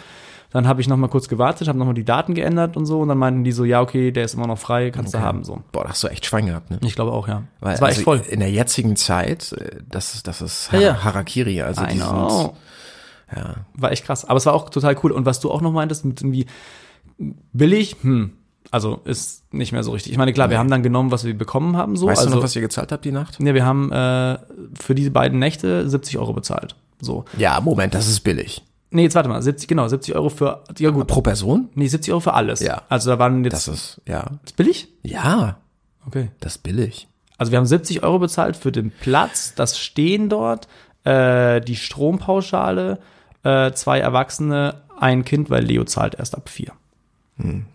Speaker 3: Dann habe ich noch mal kurz gewartet, habe noch mal die Daten geändert und so. Und dann meinten die so, ja, okay, der ist immer noch frei, kannst du haben. So.
Speaker 2: Boah, da hast du echt Schwein gehabt, ne?
Speaker 3: Ich glaube auch, ja.
Speaker 2: Weil,
Speaker 3: Es war echt
Speaker 2: also
Speaker 3: voll.
Speaker 2: In der jetzigen Zeit, äh, das ist, das ist
Speaker 3: Ja, ja.
Speaker 2: Harakiri, also die sind,
Speaker 3: War echt krass. Aber es war auch total cool. Und was du auch noch meintest, mit irgendwie billig, hm, also ist nicht mehr so richtig. Ich meine, klar, wir haben dann genommen, was wir bekommen haben. So.
Speaker 2: weißt
Speaker 3: also,
Speaker 2: du noch, was ihr gezahlt habt die Nacht?
Speaker 3: Ja, wir haben äh, für diese beiden Nächte 70 Euro bezahlt. So.
Speaker 2: Ja, Moment, das ist billig.
Speaker 3: Nee, jetzt warte mal, 70, genau, 70 Euro für, ja gut,
Speaker 2: Pro Person?
Speaker 3: nee, 70 Euro für alles.
Speaker 2: Ja.
Speaker 3: Also da waren jetzt,
Speaker 2: Das ist, ja.
Speaker 3: ist billig?
Speaker 2: Ja,
Speaker 3: Okay.
Speaker 2: das ist billig.
Speaker 3: Also wir haben 70 Euro bezahlt für den Platz, das Stehen dort, äh, die Strompauschale, äh, zwei Erwachsene, ein Kind, weil Leo zahlt erst ab vier.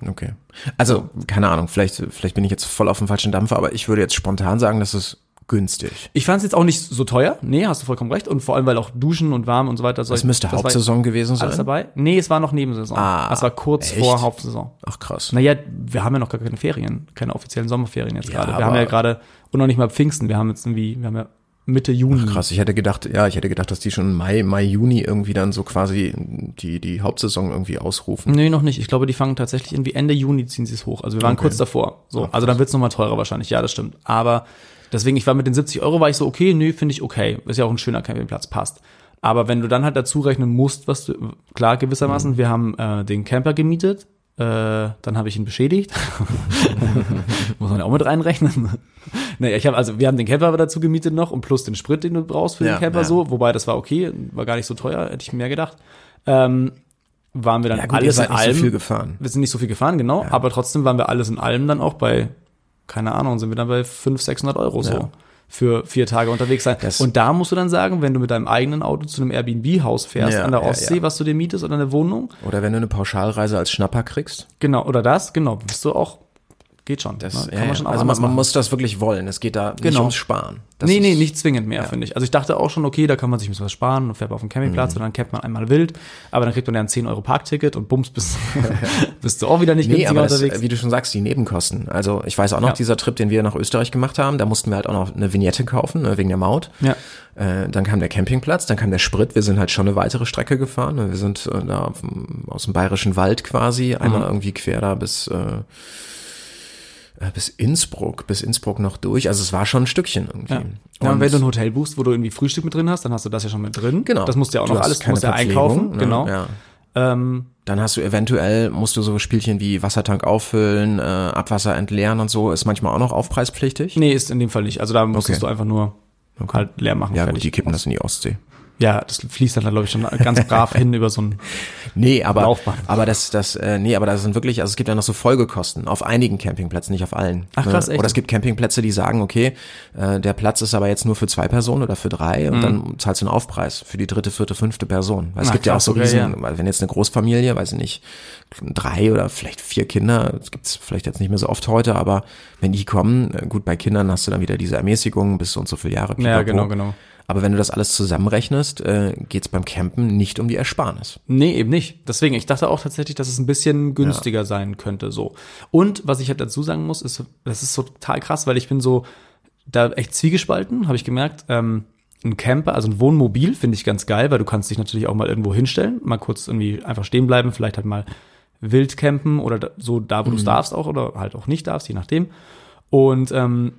Speaker 2: Okay. Also, keine Ahnung, vielleicht, vielleicht bin ich jetzt voll auf dem falschen Dampfer, aber ich würde jetzt spontan sagen, dass es günstig.
Speaker 3: Ich fand es jetzt auch nicht so teuer. Nee, hast du vollkommen recht. Und vor allem, weil auch Duschen und warm und so weiter.
Speaker 2: Das müsste
Speaker 3: war
Speaker 2: Hauptsaison gewesen sein.
Speaker 3: Alles dabei? Nee, es war noch Nebensaison.
Speaker 2: Ah,
Speaker 3: es war kurz
Speaker 2: echt?
Speaker 3: vor Hauptsaison.
Speaker 2: Ach krass.
Speaker 3: Naja, wir haben ja noch gar keine Ferien, keine offiziellen Sommerferien jetzt
Speaker 2: Ja,
Speaker 3: gerade. Wir haben ja
Speaker 2: aber-
Speaker 3: gerade, und noch nicht mal Pfingsten, wir haben jetzt irgendwie, wir haben ja Mitte Juni.
Speaker 2: Krass, ich hätte gedacht, ja, ich hätte gedacht, dass die schon im Mai, Mai, Juni irgendwie dann so quasi die, die Hauptsaison irgendwie ausrufen.
Speaker 3: Nee, noch nicht. Ich glaube, die fangen tatsächlich irgendwie Ende Juni ziehen sie es hoch. Also wir waren kurz davor. So, also dann wird's nochmal teurer wahrscheinlich. Ja, das stimmt. Aber deswegen, ich war mit den 70 Euro, war ich so, okay, nee, finde ich okay. Ist ja auch ein schöner Campingplatz, passt. Aber wenn du dann halt dazu rechnen musst, was du, klar, gewissermaßen,
Speaker 2: Mhm.
Speaker 3: wir haben äh, den Camper gemietet, äh, dann habe ich ihn beschädigt. Muss man ja auch mit reinrechnen. naja, ich habe also, wir haben den Camper aber dazu gemietet noch und plus den Sprit, den du brauchst für
Speaker 2: Ja,
Speaker 3: den Camper
Speaker 2: ja.
Speaker 3: so, wobei das war okay, war gar nicht so teuer, hätte ich mir mehr gedacht. Ähm, waren wir dann
Speaker 2: ihr
Speaker 3: alles in
Speaker 2: seid nicht
Speaker 3: allem.
Speaker 2: so viel gefahren.
Speaker 3: wir sind nicht so viel gefahren, genau, aber trotzdem waren wir alles in allem dann auch bei, keine Ahnung, sind wir dann bei 500, 600 Euro
Speaker 2: Ja.
Speaker 3: so für vier Tage unterwegs sein.
Speaker 2: Das-
Speaker 3: und da musst du dann sagen, wenn du mit deinem eigenen Auto zu einem Airbnb-Haus fährst
Speaker 2: Ja,
Speaker 3: an der
Speaker 2: ja,
Speaker 3: Ostsee,
Speaker 2: ja.
Speaker 3: was du dir mietest oder eine Wohnung,
Speaker 2: Oder wenn du eine Pauschalreise als Schnapper kriegst.
Speaker 3: genau, oder das, genau, bist du auch, geht schon. ne?
Speaker 2: ja, ja.
Speaker 3: schon auch
Speaker 2: also
Speaker 3: anders
Speaker 2: man, man
Speaker 3: machen.
Speaker 2: muss das wirklich wollen. Es geht da nicht
Speaker 3: Genau.
Speaker 2: ums Sparen. Das
Speaker 3: nee, nee,
Speaker 2: ist-
Speaker 3: nicht zwingend mehr, finde ich. Also ich dachte auch schon, okay, da kann man sich ein bisschen was sparen und fährt auf den Campingplatz
Speaker 2: Mhm.
Speaker 3: und dann campt man einmal wild, aber dann kriegt man ja ein 10 Euro Parkticket und bums, bist, bist du auch wieder nicht
Speaker 2: Nee,
Speaker 3: günstiger
Speaker 2: aber das,
Speaker 3: unterwegs.
Speaker 2: wie du schon sagst, die Nebenkosten. Also ich weiß auch noch,
Speaker 3: Ja.
Speaker 2: dieser Trip, den wir nach Österreich gemacht haben, da mussten wir halt auch noch eine Vignette kaufen, ne, wegen der Maut.
Speaker 3: Ja.
Speaker 2: Äh, dann kam der Campingplatz, dann kam der Sprit. Wir sind halt schon eine weitere Strecke gefahren. ne. Wir sind äh, da auf dem- aus dem bayerischen Wald quasi, einmal
Speaker 3: Mhm.
Speaker 2: irgendwie quer da bis, äh, äh, bis Innsbruck, bis Innsbruck noch durch. Also es war schon ein Stückchen irgendwie.
Speaker 3: Ja. Ja, und wenn du ein Hotel buchst, wo du irgendwie Frühstück mit drin hast, dann hast du das ja schon mit drin.
Speaker 2: Genau.
Speaker 3: Das musst du ja auch
Speaker 2: Du
Speaker 3: noch
Speaker 2: hast
Speaker 3: alles, du
Speaker 2: keine
Speaker 3: musst ja
Speaker 2: Verpflegung,
Speaker 3: einkaufen.
Speaker 2: ne?
Speaker 3: Genau.
Speaker 2: Ja.
Speaker 3: Ähm,
Speaker 2: Dann hast du eventuell, musst du so Spielchen wie Wassertank auffüllen, äh, Abwasser entleeren und so, ist manchmal auch noch aufpreispflichtig.
Speaker 3: nee, ist in dem Fall nicht. Also da musstest
Speaker 2: Okay.
Speaker 3: du einfach nur halt leer machen.
Speaker 2: Ja,
Speaker 3: fertig.
Speaker 2: gut, die kippen das in die Ostsee.
Speaker 3: ja, das fließt dann, glaube ich, schon ganz brav hin über so ein.
Speaker 2: Nee, aber,
Speaker 3: Laufbahn.
Speaker 2: aber das, das, äh, nee, aber das sind wirklich, also es gibt ja noch so Folgekosten auf einigen Campingplätzen, nicht auf allen.
Speaker 3: Ach, krass,
Speaker 2: Ne?
Speaker 3: echt?
Speaker 2: Oder es gibt Campingplätze, die sagen, okay, äh, der Platz ist aber jetzt nur für zwei Personen oder für drei und dann zahlst du einen Aufpreis für die dritte, vierte, fünfte Person. Weil es
Speaker 3: Mhm. Ach,
Speaker 2: gibt ja auch
Speaker 3: krass,
Speaker 2: so
Speaker 3: okay,
Speaker 2: riesen,
Speaker 3: ja.
Speaker 2: weil wenn jetzt eine Großfamilie, weiß ich nicht, drei oder vielleicht vier Kinder, das gibt's vielleicht jetzt nicht mehr so oft heute, aber wenn die kommen, äh, gut, bei Kindern hast du dann wieder diese Ermäßigung bis so und so viele Jahre.
Speaker 3: Ja,
Speaker 2: pipapo.
Speaker 3: genau, genau.
Speaker 2: Aber wenn du das alles zusammenrechnest, äh, geht's beim Campen nicht um die Ersparnis.
Speaker 3: Nee, eben nicht. Deswegen, ich dachte auch tatsächlich, dass es ein bisschen günstiger sein könnte, so. Und was ich halt dazu sagen muss, ist, das ist so total krass, weil ich bin so da echt zwiegespalten, habe ich gemerkt. Ähm, ein Camper, also ein Wohnmobil finde ich ganz geil, weil du kannst dich natürlich auch mal irgendwo hinstellen, mal kurz irgendwie einfach stehen bleiben, vielleicht halt mal wild campen oder da, so da,
Speaker 2: Mhm.
Speaker 3: wo du es darfst auch oder halt auch nicht darfst, je nachdem. Und ähm,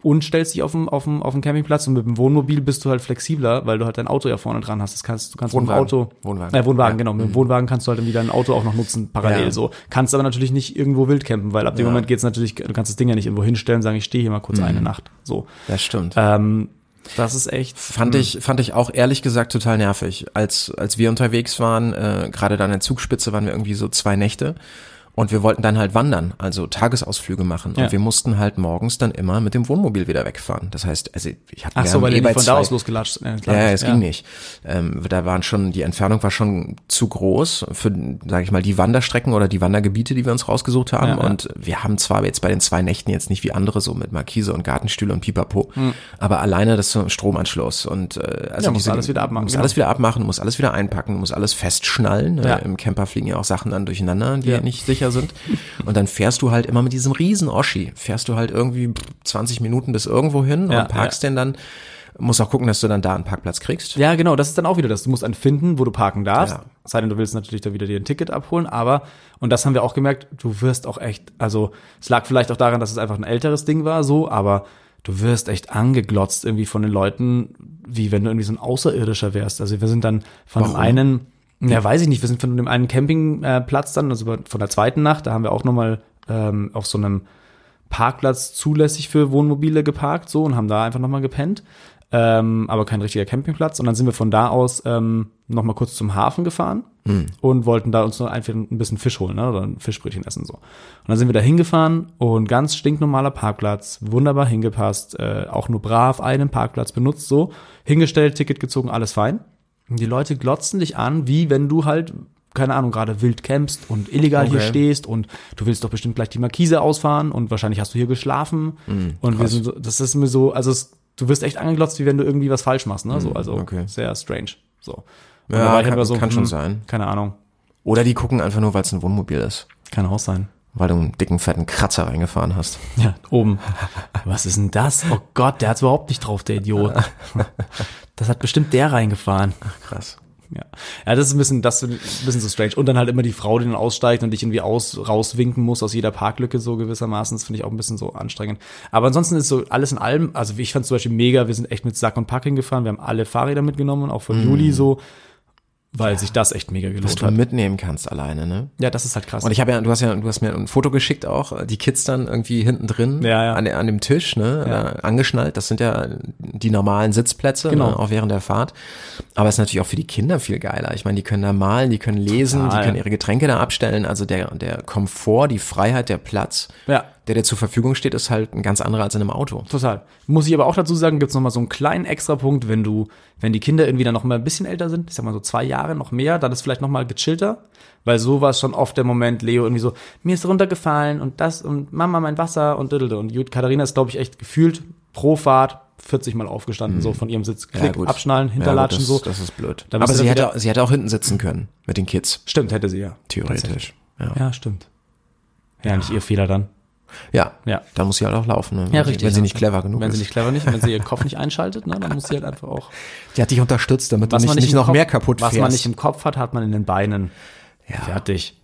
Speaker 3: und stellst dich auf dem, auf, dem, auf dem Campingplatz und mit dem Wohnmobil bist du halt flexibler, weil du halt dein Auto ja vorne dran hast. Das kannst, du kannst
Speaker 2: Wohnwagen.
Speaker 3: mit dem Auto.
Speaker 2: Wohnwagen. Mhm.
Speaker 3: Äh, Wohnwagen, genau. Mit dem Wohnwagen kannst du halt irgendwie dein Auto auch noch nutzen, parallel
Speaker 2: Ja.
Speaker 3: so. Kannst aber natürlich nicht irgendwo wild campen, weil ab dem
Speaker 2: Ja. Mhm.
Speaker 3: Moment geht's natürlich, du kannst das Ding ja nicht irgendwo hinstellen, sagen, ich stehe hier mal kurz eine Nacht. So.
Speaker 2: Das stimmt.
Speaker 3: Ähm, das ist echt.
Speaker 2: Fand ich, fand ich auch ehrlich gesagt total nervig. Als, als wir unterwegs waren, äh, gerade dann in Zugspitze waren wir irgendwie so zwei Nächte und wir wollten dann halt wandern, also Tagesausflüge machen.
Speaker 3: Ja.
Speaker 2: Und wir mussten halt morgens dann immer mit dem Wohnmobil wieder wegfahren. Das heißt, also ich hab,
Speaker 3: Ach
Speaker 2: wir
Speaker 3: so,
Speaker 2: haben
Speaker 3: weil
Speaker 2: eh
Speaker 3: die
Speaker 2: bei
Speaker 3: von da
Speaker 2: zwei-
Speaker 3: aus losgelatscht. äh,
Speaker 2: ja, ja, es
Speaker 3: ja.
Speaker 2: ging nicht. Ähm, da waren schon, die Entfernung war schon zu groß für, sage ich mal, die Wanderstrecken oder die Wandergebiete, die wir uns rausgesucht haben.
Speaker 3: Ja, ja.
Speaker 2: Und wir haben zwar jetzt bei den zwei Nächten jetzt nicht wie andere so mit Markise und Gartenstühle und Pipapo, aber alleine das so Stromanschluss und äh, also
Speaker 3: Hm. Ja, muss
Speaker 2: diese-
Speaker 3: alles wieder abmachen,
Speaker 2: muss
Speaker 3: genau.
Speaker 2: alles wieder abmachen, muss alles wieder einpacken, muss alles festschnallen.
Speaker 3: Ja.
Speaker 2: Äh, Im Camper fliegen ja auch Sachen dann durcheinander, die
Speaker 3: Ja.
Speaker 2: nicht sicher sind. Und dann fährst du halt immer mit diesem riesen Oschi, fährst du halt irgendwie 20 Minuten bis irgendwo hin
Speaker 3: Ja,
Speaker 2: und parkst den dann muss auch gucken, dass du dann da einen Parkplatz kriegst.
Speaker 3: Ja, genau, das ist dann auch wieder das. Du musst einen finden, wo du parken darfst.
Speaker 2: Ja.
Speaker 3: Es Sei denn, du willst natürlich da wieder dir ein Ticket abholen, aber, und das haben wir auch gemerkt, du wirst auch echt, also es lag vielleicht auch daran, dass es einfach ein älteres Ding war, so, aber du wirst echt angeglotzt irgendwie von den Leuten, wie wenn du irgendwie so ein Außerirdischer wärst. Also wir sind dann von dem einen, ja, weiß ich nicht, wir sind von dem einen Campingplatz dann, also von der zweiten Nacht, da haben wir auch nochmal ähm, auf so einem Parkplatz zulässig für Wohnmobile geparkt, so und haben da einfach nochmal gepennt. Ähm, aber kein richtiger Campingplatz. Und dann sind wir von da aus ähm, nochmal kurz zum Hafen gefahren und wollten da uns noch einfach ein bisschen Fisch holen ne, oder ein Fischbrötchen essen. so. Und dann sind wir da hingefahren und ganz stinknormaler Parkplatz, wunderbar hingepasst, äh, auch nur brav einen Parkplatz benutzt, so hingestellt, Ticket gezogen, alles fein. Und die Leute glotzen dich an, wie wenn du halt, keine Ahnung, gerade wild campst und illegal hier
Speaker 2: Okay.
Speaker 3: stehst stehst und du willst
Speaker 2: Mhm,
Speaker 3: doch bestimmt gleich die Markise ausfahren und wahrscheinlich hast du hier geschlafen und wir sind so, das ist mir so, also es du wirst echt angeglotzt, wie wenn du irgendwie was falsch machst, ne? So, also
Speaker 2: Mhm, okay.
Speaker 3: sehr strange. So. Und
Speaker 2: Ja,
Speaker 3: da war ich
Speaker 2: kann-
Speaker 3: einfach
Speaker 2: kann schon
Speaker 3: hm,
Speaker 2: sein.
Speaker 3: Keine Ahnung.
Speaker 2: Oder die gucken einfach nur, weil es ein Wohnmobil ist.
Speaker 3: Kann auch sein.
Speaker 2: Weil du einen dicken, fetten Kratzer reingefahren hast.
Speaker 3: Ja, oben. Was ist denn das? Oh Gott, der hat's überhaupt nicht drauf, der Idiot. Das hat bestimmt der reingefahren.
Speaker 2: Krass.
Speaker 3: Ja. ja, das ist ein bisschen, das ist ein bisschen so strange. Und dann halt immer die Frau, die dann aussteigt und dich irgendwie aus, rauswinken muss aus jeder Parklücke so gewissermaßen. Das finde ich auch ein bisschen so anstrengend. Aber ansonsten ist so alles in allem, also ich fand zum Beispiel mega, wir sind echt mit Sack und Pack hingefahren. Wir haben alle Fahrräder mitgenommen, auch von Juli so, weil sich das echt mega
Speaker 2: Was
Speaker 3: gelohnt
Speaker 2: Mhm. du
Speaker 3: hat.
Speaker 2: mitnehmen kannst alleine, ne?
Speaker 3: Ja, das ist halt krass.
Speaker 2: Und ich habe ja, du hast ja, du hast mir ein Foto geschickt auch, äh, die Kids dann irgendwie hinten drin
Speaker 3: Ja, ja.
Speaker 2: An, der- an dem Tisch, ne, äh, angeschnallt. Das sind ja die normalen Sitzplätze,
Speaker 3: Genau.
Speaker 2: ne, auch während der Fahrt. Aber es ist natürlich auch für die Kinder viel geiler. Ich meine, die können da malen, die können lesen,
Speaker 3: Total.
Speaker 2: die können ihre Getränke da abstellen. Also der, der Komfort, die Freiheit, der Platz,
Speaker 3: Ja.
Speaker 2: der dir zur Verfügung steht, ist halt ein ganz anderer als in einem Auto.
Speaker 3: Total. Muss ich aber auch dazu sagen, gibt's noch nochmal so einen kleinen Extrapunkt, wenn du, wenn die Kinder irgendwie dann noch mal ein bisschen älter sind, ich sag mal so zwei Jahre, noch mehr, dann ist vielleicht nochmal gechillter, weil so war es schon oft der Moment, Leo irgendwie so, mir ist runtergefallen und das und Mama mein Wasser und dödelde. Und Jud Katharina ist, glaube ich, echt gefühlt pro Fahrt 40 Mal aufgestanden, so von ihrem Sitz, klick, abschnallen, hinterlatschen,
Speaker 2: Hm. ja, gut,
Speaker 3: so.
Speaker 2: das, Das ist blöd.
Speaker 3: Da
Speaker 2: Aber
Speaker 3: bist du
Speaker 2: sie
Speaker 3: dann
Speaker 2: hätte,
Speaker 3: wieder-
Speaker 2: auch- sie hätte auch hinten sitzen können mit den Kids,
Speaker 3: Stimmt, hätte sie ja. Tatsächlich.
Speaker 2: theoretisch. Ja.
Speaker 3: Ja, stimmt. Ja, nicht ihr Fehler dann.
Speaker 2: ja,
Speaker 3: Ja.
Speaker 2: dann muss sie halt auch laufen, ne? wenn,
Speaker 3: Ja,
Speaker 2: sie-
Speaker 3: richtig,
Speaker 2: wenn sie
Speaker 3: ja.
Speaker 2: nicht clever genug
Speaker 3: Wenn
Speaker 2: ist.
Speaker 3: sie nicht clever nicht, wenn sie ihren Kopf nicht einschaltet, ne, dann muss sie halt einfach auch.
Speaker 2: Die hat dich unterstützt, damit du nicht, nicht
Speaker 3: im
Speaker 2: noch
Speaker 3: Kopf-
Speaker 2: mehr kaputt
Speaker 3: Was
Speaker 2: fährst.
Speaker 3: man nicht im Kopf hat, hat man in den Beinen.
Speaker 2: ja,
Speaker 3: Fertig.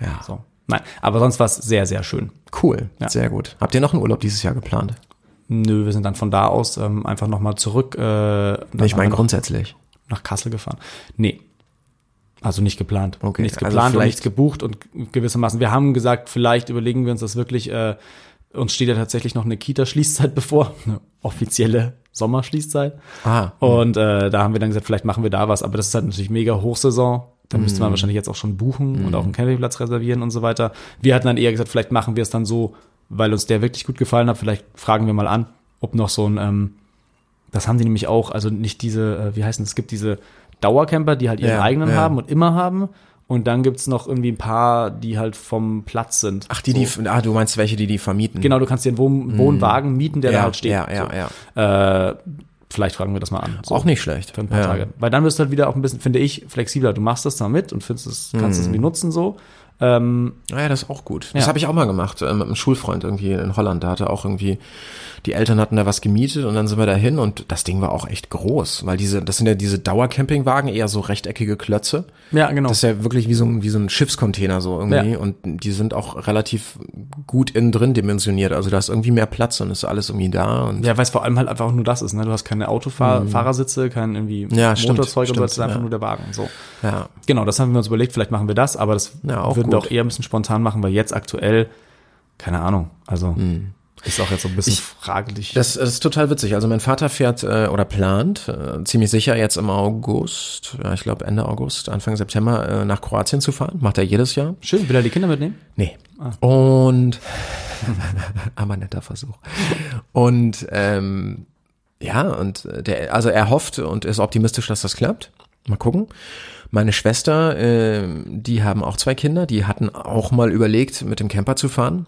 Speaker 2: ja.
Speaker 3: So. Nein, aber sonst war es sehr, sehr schön.
Speaker 2: Cool,
Speaker 3: Ja.
Speaker 2: sehr gut. Habt ihr noch einen Urlaub dieses Jahr geplant?
Speaker 3: Nö, wir sind dann von da aus ähm, einfach nochmal zurück äh, dann
Speaker 2: ich meine
Speaker 3: haben wir
Speaker 2: grundsätzlich.
Speaker 3: nach Kassel gefahren. Nee. Also nicht geplant.
Speaker 2: Okay,
Speaker 3: Nichts
Speaker 2: also
Speaker 3: geplant und
Speaker 2: vielleicht-
Speaker 3: nichts gebucht und gewissermaßen. Wir haben gesagt, vielleicht überlegen wir uns das wirklich. Äh, uns steht ja tatsächlich noch eine Kita-Schließzeit bevor. Eine offizielle Sommerschließzeit.
Speaker 2: Ah,
Speaker 3: Und äh, da haben wir dann gesagt, vielleicht machen wir da was, aber das ist halt natürlich mega Hochsaison. Da
Speaker 2: Mhm.
Speaker 3: müsste man wahrscheinlich jetzt auch schon buchen und auch einen Campingplatz reservieren und so weiter. Wir hatten dann eher gesagt, vielleicht machen wir es dann so, weil uns der wirklich gut gefallen hat. Vielleicht fragen wir mal an, ob noch so ein, ähm, das haben die nämlich auch, also nicht diese, äh, wie heißen es, es gibt diese Dauercamper, die halt ihren
Speaker 2: Ja,
Speaker 3: eigenen
Speaker 2: ja.
Speaker 3: haben und immer haben. Und dann gibt's noch irgendwie ein paar, die halt vom Platz sind.
Speaker 2: ach, die, die, ah, du meinst welche, die die vermieten?
Speaker 3: Genau, du kannst dir einen Wohn Wohnwagen mieten, der
Speaker 2: ja,
Speaker 3: da halt steht.
Speaker 2: Ja, ja, ja.
Speaker 3: ja. Äh, vielleicht fragen wir das mal an. So.
Speaker 2: Auch nicht schlecht.
Speaker 3: Für ein paar
Speaker 2: ja.
Speaker 3: Tage. Weil dann wirst du halt wieder auch ein bisschen, finde ich, flexibler. Du machst das dann mit und findest es, kannst es
Speaker 2: Mhm.
Speaker 3: irgendwie nutzen so. Ähm,
Speaker 2: Naja, Ah, das ist auch gut. Das
Speaker 3: Ja.
Speaker 2: habe ich auch mal gemacht äh, mit einem Schulfreund irgendwie in Holland. Da hatte auch irgendwie, die Eltern hatten da was gemietet und dann sind wir da hin und das Ding war auch echt groß, weil diese, das sind ja diese Dauercampingwagen, eher so rechteckige Klötze.
Speaker 3: ja, genau.
Speaker 2: Das ist ja wirklich wie so ein, wie so ein Schiffscontainer so irgendwie.
Speaker 3: Ja.
Speaker 2: Und die sind auch relativ gut innen drin dimensioniert. Also da ist irgendwie mehr Platz und ist alles irgendwie da. Und
Speaker 3: ja, weil es vor allem halt einfach auch nur das ist. Ne? Du hast keine Autofahrersitze, kein irgendwie
Speaker 2: Mhm. Ja, stimmt,
Speaker 3: Motorzeug und so,
Speaker 2: stimmt,
Speaker 3: das ist einfach
Speaker 2: ja.
Speaker 3: nur der Wagen. So.
Speaker 2: ja.
Speaker 3: Genau, das haben wir uns überlegt, vielleicht machen wir das, aber das
Speaker 2: Ja, auch
Speaker 3: würden wir
Speaker 2: gut.
Speaker 3: auch eher ein bisschen spontan machen, weil jetzt aktuell, keine Ahnung, also ist auch jetzt so ein bisschen fraglich.
Speaker 2: Mhm. Das ist total witzig. Also mein Vater fährt äh, oder plant äh, ziemlich sicher jetzt im August, ja, ich glaube Ende August, Anfang September äh, nach Kroatien zu fahren. Macht er jedes Jahr.
Speaker 3: Schön, will er die Kinder mitnehmen?
Speaker 2: Nee. Und aber netter Versuch. Und ähm, ja, und äh, der, also er hofft und ist optimistisch, dass das klappt. Mal gucken. Meine Schwester, ähm, die haben auch zwei Kinder, die hatten auch mal überlegt, mit dem Camper zu fahren.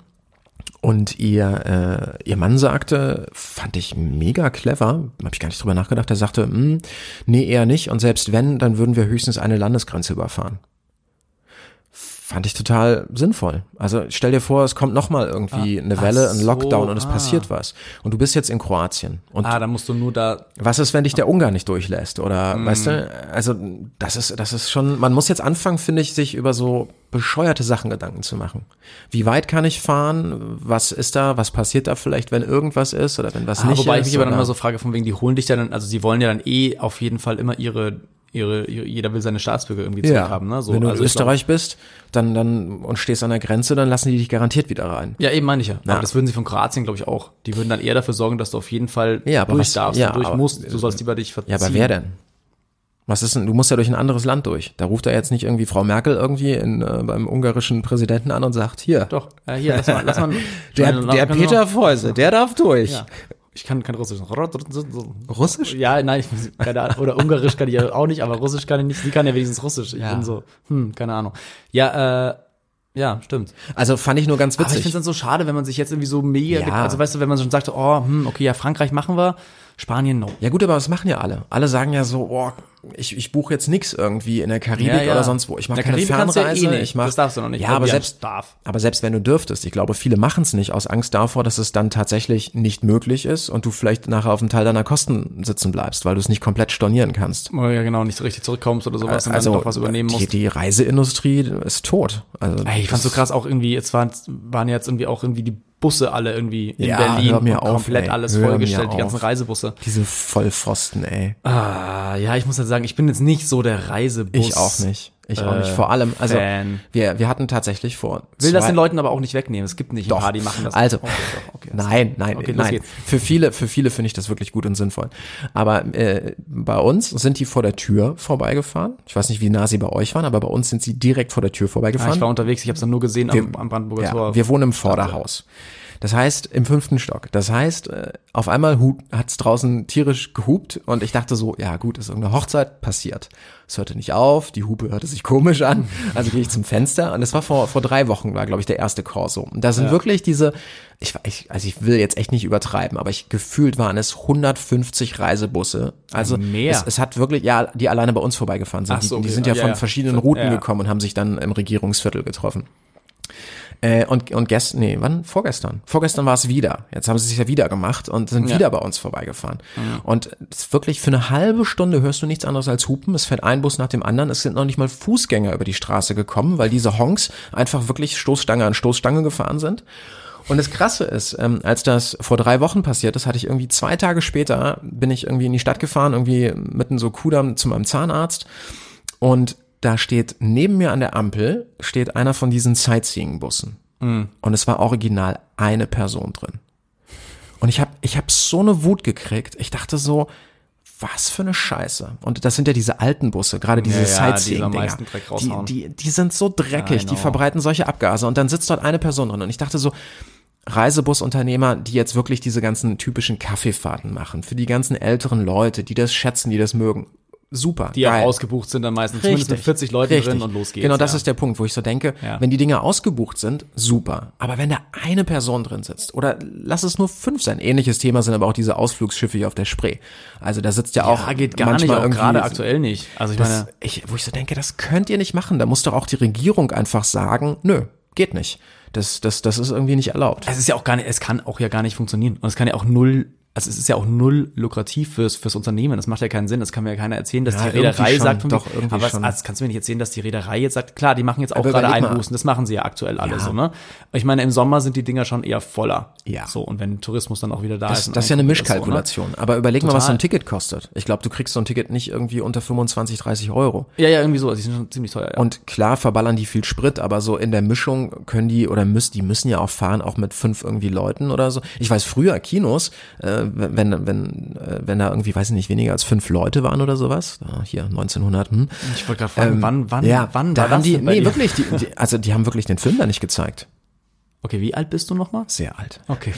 Speaker 2: Und ihr, äh, ihr Mann sagte, fand ich mega clever, habe ich gar nicht drüber nachgedacht, er sagte, "Hm, nee, eher nicht. Und selbst wenn, dann würden wir höchstens eine Landesgrenze überfahren. Fand ich total sinnvoll. Also stell dir vor, es kommt nochmal irgendwie eine Welle,
Speaker 3: Ah, ach
Speaker 2: ein
Speaker 3: so,
Speaker 2: Lockdown und es
Speaker 3: ah.
Speaker 2: passiert was. Und du bist jetzt in Kroatien. Und
Speaker 3: Ah, da musst du nur da,
Speaker 2: was ist, wenn dich der Ungar nicht durchlässt? Oder
Speaker 3: Mhm.
Speaker 2: weißt du, also das ist, das ist schon, man muss jetzt anfangen, finde ich, sich über so bescheuerte Sachen Gedanken zu machen. Wie weit kann ich fahren? Was ist da? Was passiert da vielleicht, wenn irgendwas ist oder wenn was
Speaker 3: Ah,
Speaker 2: nicht
Speaker 3: wobei ich
Speaker 2: ist?
Speaker 3: mich aber dann
Speaker 2: oder-
Speaker 3: immer so frage, von wegen, die holen dich ja dann, also sie wollen ja dann eh auf jeden Fall immer ihre, ihre, ihre jeder will seine Staatsbürger irgendwie
Speaker 2: ja.
Speaker 3: zurückhaben, ne? So,
Speaker 2: wenn du
Speaker 3: also
Speaker 2: in
Speaker 3: ich glaub-
Speaker 2: Österreich bist, dann, dann und stehst an der Grenze, dann lassen die dich garantiert wieder rein.
Speaker 3: Ja, eben meine ich ja.
Speaker 2: Ja.
Speaker 3: Aber das würden sie von Kroatien, glaube ich, auch. Die würden dann eher dafür sorgen, dass du auf jeden Fall
Speaker 2: Ja, aber
Speaker 3: durch
Speaker 2: was-
Speaker 3: darfst,
Speaker 2: ja,
Speaker 3: und durch
Speaker 2: aber-
Speaker 3: musst, du sollst lieber dich verziehen.
Speaker 2: Ja, aber wer denn? Was ist denn? Du musst ja durch ein anderes Land durch. Da ruft er jetzt nicht irgendwie Frau Merkel irgendwie in, äh, beim ungarischen Präsidenten an und sagt, hier,
Speaker 3: Doch, äh, hier, lass mal, lass mal.
Speaker 2: der,
Speaker 3: Nein,
Speaker 2: der
Speaker 3: lass-
Speaker 2: Peter Feuse, der darf durch.
Speaker 3: Ja. Ich kann kein Russisch.
Speaker 2: Russisch?
Speaker 3: Ja, nein, ich, keine Ahnung. Oder Ungarisch kann ich ja auch nicht, aber Russisch kann ich nicht. Sie kann ja wenigstens Russisch. Ich
Speaker 2: Ja.
Speaker 3: bin so, hm, keine Ahnung. Ja, äh, ja, stimmt.
Speaker 2: Also fand ich nur ganz
Speaker 3: Aber Ah, ich
Speaker 2: witzig.
Speaker 3: finde es dann so schade, wenn man sich jetzt irgendwie so mega,
Speaker 2: Ja.
Speaker 3: also weißt du, wenn man schon sagt, oh, hm, okay, ja, Frankreich machen wir, Spanien, no.
Speaker 2: Ja gut, aber das machen ja alle. Alle sagen ja so, boah, ich, ich buche jetzt nix irgendwie in der Karibik
Speaker 3: Ja, ja.
Speaker 2: oder sonst wo. Ich mache
Speaker 3: In der
Speaker 2: keine
Speaker 3: Karibik kannst du ja eh
Speaker 2: Fernreise.
Speaker 3: nicht.
Speaker 2: ich mach,
Speaker 3: Das darfst du noch nicht,
Speaker 2: Ja,
Speaker 3: obwohl
Speaker 2: aber
Speaker 3: die
Speaker 2: selbst,
Speaker 3: Angst darf.
Speaker 2: aber selbst wenn du dürftest, ich glaube, viele machen es nicht aus Angst davor, dass es dann tatsächlich nicht möglich ist und du vielleicht nachher auf einem Teil deiner Kosten sitzen bleibst, weil du es nicht komplett stornieren kannst. Also, äh,
Speaker 3: Oder ja, genau, nicht so richtig zurückkommst oder sowas und dann doch was übernehmen
Speaker 2: die,
Speaker 3: musst.
Speaker 2: die Reiseindustrie ist tot. Also
Speaker 3: Ey, ich fand's so krass, auch irgendwie, jetzt waren, waren jetzt irgendwie auch irgendwie die Busse alle irgendwie in
Speaker 2: Ja,
Speaker 3: Berlin
Speaker 2: hör mir
Speaker 3: und
Speaker 2: auf,
Speaker 3: komplett
Speaker 2: ey.
Speaker 3: alles
Speaker 2: Hör mir
Speaker 3: vollgestellt, die
Speaker 2: auf.
Speaker 3: ganzen Reisebusse.
Speaker 2: diese Vollpfosten, ey.
Speaker 3: Ah, ja, ich muss halt sagen, ich bin jetzt nicht so der Reisebus.
Speaker 2: Ich auch nicht. Ich auch
Speaker 3: äh,
Speaker 2: nicht. Vor allem, also
Speaker 3: Fan.
Speaker 2: wir, wir hatten tatsächlich vor.
Speaker 3: Will das
Speaker 2: zwei-
Speaker 3: den Leuten aber auch nicht wegnehmen. Es gibt nicht ein
Speaker 2: Doch.
Speaker 3: paar, die machen das.
Speaker 2: Also,
Speaker 3: okay, doch, okay.
Speaker 2: nein, nein,
Speaker 3: Okay, los
Speaker 2: nein.
Speaker 3: geht's.
Speaker 2: Für viele, für viele finde ich das wirklich gut und sinnvoll. Aber äh, bei uns sind die vor der Tür vorbeigefahren. Ich weiß nicht, wie nah sie bei euch waren, aber bei uns sind sie direkt vor der Tür
Speaker 3: Ja, Ah, ich
Speaker 2: vorbeigefahren.
Speaker 3: war unterwegs, ich habe es dann nur gesehen am, am Brandenburger
Speaker 2: ja,
Speaker 3: Tor.
Speaker 2: wir wohnen im Vorderhaus. Das heißt, im fünften Stock. Das heißt, äh, auf einmal hat es draußen tierisch gehupt und ich dachte so, ja gut, ist irgendeine Hochzeit passiert. Es hörte nicht auf, die Hupe hörte sich komisch an. Also gehe ich zum Fenster und das war vor, vor drei Wochen, war glaube ich der erste Corso. Und da sind wirklich diese, ich, weiß- ich, also ich will jetzt echt nicht übertreiben, aber ich gefühlt waren es 150 Reisebusse. Also
Speaker 3: Mehr.
Speaker 2: Es, es hat wirklich, ja, die alleine bei uns vorbeigefahren sind.
Speaker 3: Ach so,
Speaker 2: die,
Speaker 3: okay.
Speaker 2: die sind ja,
Speaker 3: Ja,
Speaker 2: von
Speaker 3: ja.
Speaker 2: verschiedenen Routen
Speaker 3: Ja.
Speaker 2: gekommen und haben sich dann im Regierungsviertel getroffen. Äh, und, und gestern, nee, wann? Vorgestern. Vorgestern war es wieder. Jetzt haben sie es ja wieder gemacht und sind
Speaker 3: Ja. Mhm.
Speaker 2: wieder bei uns vorbeigefahren. Und es ist wirklich für eine halbe Stunde hörst du nichts anderes als Hupen. Es fährt ein Bus nach dem anderen. Es sind noch nicht mal Fußgänger über die Straße gekommen, weil diese Honks einfach wirklich Stoßstange an Stoßstange gefahren sind. Und das Krasse ist, ähm, als das vor drei Wochen passiert ist, hatte ich irgendwie zwei Tage später, bin ich irgendwie in die Stadt gefahren, irgendwie mitten so Kudamm zu meinem Zahnarzt und da steht neben mir an der Ampel steht einer von diesen Sightseeing-Bussen.
Speaker 3: Mhm.
Speaker 2: Und es war original eine Person drin. Und ich habe ich hab so eine Wut gekriegt. Ich dachte so, was für eine Scheiße. Und das sind ja diese alten Busse, gerade diese
Speaker 3: Ja, ja, die am
Speaker 2: Sightseeing-Dinger.
Speaker 3: meisten Dreck
Speaker 2: Die,
Speaker 3: raushauen.
Speaker 2: die, die sind so dreckig,
Speaker 3: I
Speaker 2: die
Speaker 3: know.
Speaker 2: verbreiten solche Abgase. Und dann sitzt dort eine Person drin. Und ich dachte so, Reisebusunternehmer, die jetzt wirklich diese ganzen typischen Kaffeefahrten machen, für die ganzen älteren Leute, die das schätzen, die das mögen. Super.
Speaker 3: die auch
Speaker 2: geil.
Speaker 3: ausgebucht sind dann meistens. Zumindest mit 40 Leuten
Speaker 2: Richtig.
Speaker 3: drin und los geht's.
Speaker 2: Genau, das
Speaker 3: ja.
Speaker 2: ist der Punkt, wo ich so denke,
Speaker 3: Ja.
Speaker 2: wenn die Dinge ausgebucht sind, super. Aber wenn da eine Person drin sitzt, oder lass es nur fünf sein, ähnliches Thema sind aber auch diese Ausflugsschiffe hier auf der Spree. Also da sitzt ja, auch
Speaker 3: ja, geht gar
Speaker 2: manchmal
Speaker 3: nicht, auch
Speaker 2: irgendwie
Speaker 3: gerade aktuell nicht. Also ich
Speaker 2: Das,
Speaker 3: meine,
Speaker 2: ich, wo ich so denke, das könnt ihr nicht machen. Da muss doch auch die Regierung einfach sagen, nö, geht nicht. Das, das, das ist irgendwie nicht erlaubt.
Speaker 3: es ist ja auch gar nicht, es kann auch ja gar nicht funktionieren. Und es kann ja auch null, also es ist ja auch null lukrativ fürs, fürs Unternehmen. Das macht ja keinen Sinn. Das kann mir ja keiner erzählen, dass
Speaker 2: Ja,
Speaker 3: die Reederei
Speaker 2: irgendwie schon,
Speaker 3: sagt, von
Speaker 2: doch,
Speaker 3: wegen,
Speaker 2: irgendwie
Speaker 3: aber es-
Speaker 2: schon.
Speaker 3: also das kannst du mir nicht erzählen, dass die Reederei jetzt sagt, klar, die machen jetzt auch
Speaker 2: Aber
Speaker 3: gerade
Speaker 2: überleg mal.
Speaker 3: Einbußen. Das machen sie ja aktuell alle so, ne? Ich meine, im Sommer sind die Dinger schon eher voller.
Speaker 2: Ja.
Speaker 3: So, und wenn Tourismus dann auch wieder da
Speaker 2: Das,
Speaker 3: ist.
Speaker 2: das ist ja eine
Speaker 3: dann kommt das so, ne?
Speaker 2: Mischkalkulation. Aber überleg mal, was so ein
Speaker 3: Total.
Speaker 2: Ticket kostet. Ich glaube, du kriegst so ein Ticket nicht irgendwie unter 25, 30 Euro.
Speaker 3: Ja, ja, irgendwie so. Die sind schon ziemlich teuer. Ja.
Speaker 2: Und klar verballern die viel Sprit, aber so in der Mischung können die oder müssen, die müssen ja auch fahren, auch mit fünf irgendwie Leuten oder so. Ich weiß, früher Kinos, äh, wenn, wenn, äh, wenn da irgendwie, weiß ich nicht, weniger als fünf Leute waren oder sowas, ah, hier 1900, hm.
Speaker 3: ich wollte gerade fragen, wann, wann,
Speaker 2: ja,
Speaker 3: wann
Speaker 2: da
Speaker 3: war
Speaker 2: haben
Speaker 3: das
Speaker 2: die,
Speaker 3: denn bei
Speaker 2: nee,
Speaker 3: dir?
Speaker 2: wirklich, die, die, also die haben wirklich den Film da nicht gezeigt.
Speaker 3: Okay, wie alt bist du nochmal?
Speaker 2: Sehr alt.
Speaker 3: Okay.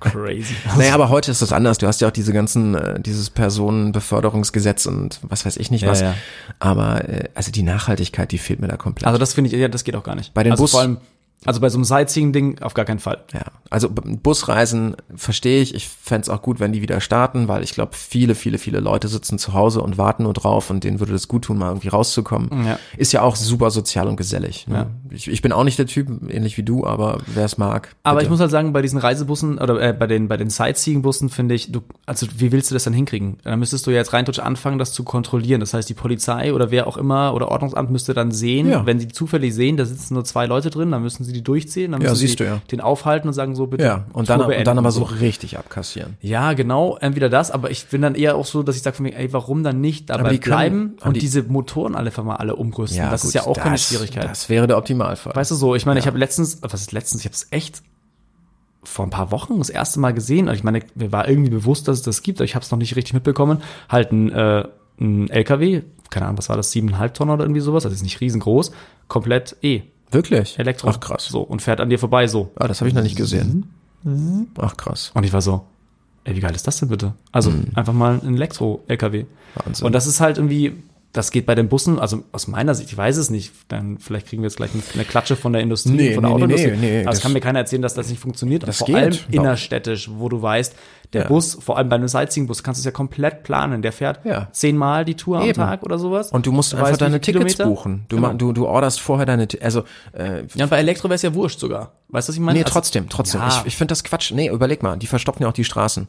Speaker 3: Crazy.
Speaker 2: Naja, aber heute ist das anders. Du hast ja auch diese ganzen, äh, dieses Personenbeförderungsgesetz und was weiß ich nicht
Speaker 3: Ja,
Speaker 2: was.
Speaker 3: ja.
Speaker 2: Aber äh, also die Nachhaltigkeit, die fehlt mir da komplett.
Speaker 3: Also das finde ich, ja, das geht auch gar nicht.
Speaker 2: Bei den
Speaker 3: also
Speaker 2: Bus-
Speaker 3: Vor allem, also bei so einem Sightseeing-Ding auf gar keinen Fall.
Speaker 2: Ja, also B- Busreisen verstehe ich. Ich fänd's auch gut, wenn die wieder starten, weil ich glaube, viele, viele, viele Leute sitzen zu Hause und warten nur drauf und denen würde das gut tun, mal irgendwie rauszukommen.
Speaker 3: Ja.
Speaker 2: Ist ja auch super sozial und gesellig. Ne? Ich, ich bin auch nicht der Typ, ähnlich wie du, aber wer es mag.
Speaker 3: Aber
Speaker 2: bitte.
Speaker 3: ich muss halt sagen, bei diesen Reisebussen oder äh, bei den bei den Sightseeing-Bussen finde ich, du, also wie willst du das dann hinkriegen? Dann müsstest du ja jetzt rein theoretisch anfangen, das zu kontrollieren. Das heißt, die Polizei oder wer auch immer oder Ordnungsamt müsste dann sehen,
Speaker 2: Ja.
Speaker 3: wenn sie zufällig sehen, da sitzen nur zwei Leute drin, dann müssen sie die durchziehen, dann
Speaker 2: Ja,
Speaker 3: müssen sie
Speaker 2: siehst du ja.
Speaker 3: den aufhalten und sagen so bitte.
Speaker 2: ja, und dann,
Speaker 3: Tour
Speaker 2: und
Speaker 3: beenden
Speaker 2: dann aber
Speaker 3: und
Speaker 2: so richtig abkassieren.
Speaker 3: Ja, genau, entweder das, aber ich bin dann eher auch so, dass ich sage von mir, ey, warum dann nicht dabei
Speaker 2: die können-
Speaker 3: bleiben
Speaker 2: aber
Speaker 3: und
Speaker 2: die-
Speaker 3: diese Motoren alle einfach mal alle umrüsten. das ist ja auch keine Schwierigkeit.
Speaker 2: Das wäre der Optimalfall.
Speaker 3: Weißt du so, ich meine, ich habe letztens, was ist letztens, ich habe es echt vor ein paar Wochen das erste Mal gesehen. Also ich meine, mir war irgendwie bewusst, dass es das gibt, aber ich habe es noch nicht richtig mitbekommen. Halt ein, äh, ein LKW, keine Ahnung, was war das, siebeneinhalb Tonnen oder irgendwie sowas, das ist nicht riesengroß, komplett E,
Speaker 2: Wirklich?
Speaker 3: Elektro.
Speaker 2: Ach krass.
Speaker 3: So, Mhm. und fährt an dir vorbei so.
Speaker 2: Ah, das habe ich noch nicht gesehen. Ach krass.
Speaker 3: Und ich war so, ey, wie geil ist das denn bitte? Also einfach mal ein Elektro-LKW.
Speaker 2: Mhm. Wahnsinn.
Speaker 3: Und das ist halt irgendwie, das geht bei den Bussen, also aus meiner Sicht, ich weiß es nicht, dann vielleicht kriegen wir jetzt gleich eine Klatsche von der Industrie,
Speaker 2: Nee,
Speaker 3: von der
Speaker 2: nee, nee,
Speaker 3: Autoindustrie.
Speaker 2: nee, nee,
Speaker 3: aber das
Speaker 2: das-
Speaker 3: kann mir keiner erzählen, dass das nicht funktioniert. Und
Speaker 2: Das
Speaker 3: vor
Speaker 2: geht
Speaker 3: allem
Speaker 2: doch.
Speaker 3: innerstädtisch, wo du weißt, der
Speaker 2: Ja.
Speaker 3: Bus, vor allem bei einem Sightseeing-Bus, kannst du es ja komplett planen. Der fährt
Speaker 2: Ja.
Speaker 3: zehnmal die Tour am
Speaker 2: Eben.
Speaker 3: Tag oder sowas.
Speaker 2: Und du musst einfach
Speaker 3: weißt, wie
Speaker 2: deine
Speaker 3: viel
Speaker 2: Tickets
Speaker 3: Kilometer. Genau.
Speaker 2: buchen. Du, ma- du, du orderst vorher deine, Ti- also, äh,
Speaker 3: Ja, und bei Elektro wäre es ja wurscht sogar. Weißt du, was ich meine?
Speaker 2: nee,
Speaker 3: Also-
Speaker 2: trotzdem, trotzdem.
Speaker 3: Ja.
Speaker 2: Ich, ich finde das Quatsch. Nee, überleg mal, die verstopfen ja auch die Straßen.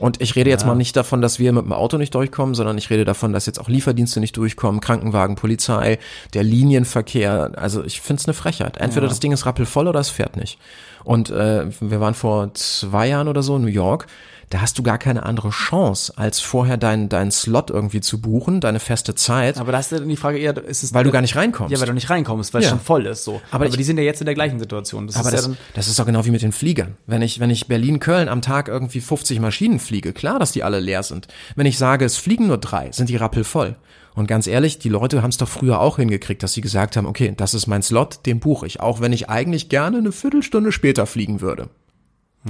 Speaker 2: Und ich rede jetzt mal nicht davon, dass wir mit dem Auto nicht durchkommen, sondern ich rede davon, dass jetzt auch Lieferdienste nicht durchkommen, Krankenwagen, Polizei, der Linienverkehr. Also ich finde es eine Frechheit. Entweder das Ding ist rappelvoll oder es fährt nicht. Und äh, wir waren vor zwei Jahren oder so in New York. Da hast du gar keine andere Chance, als vorher deinen deinen Slot irgendwie zu buchen, deine feste Zeit,
Speaker 3: aber da ist ja dann die Frage eher, ist es.
Speaker 2: weil du gar nicht reinkommst.
Speaker 3: Ja, weil du nicht reinkommst, weil es
Speaker 2: Ja.
Speaker 3: schon voll ist. So.
Speaker 2: Aber ich-
Speaker 3: die sind ja jetzt in der gleichen Situation. Das
Speaker 2: Aber
Speaker 3: ist
Speaker 2: das,
Speaker 3: ja dann,
Speaker 2: das ist doch genau wie mit den Fliegern. Wenn ich, wenn ich Berlin-Köln am Tag irgendwie 50 Maschinen fliege, klar, dass die alle leer sind. Wenn ich sage, es fliegen nur drei, sind die rappelvoll. Und ganz ehrlich, die Leute haben es doch früher auch hingekriegt, dass sie gesagt haben, okay, das ist mein Slot, den buche ich, auch wenn ich eigentlich gerne eine Viertelstunde später fliegen würde.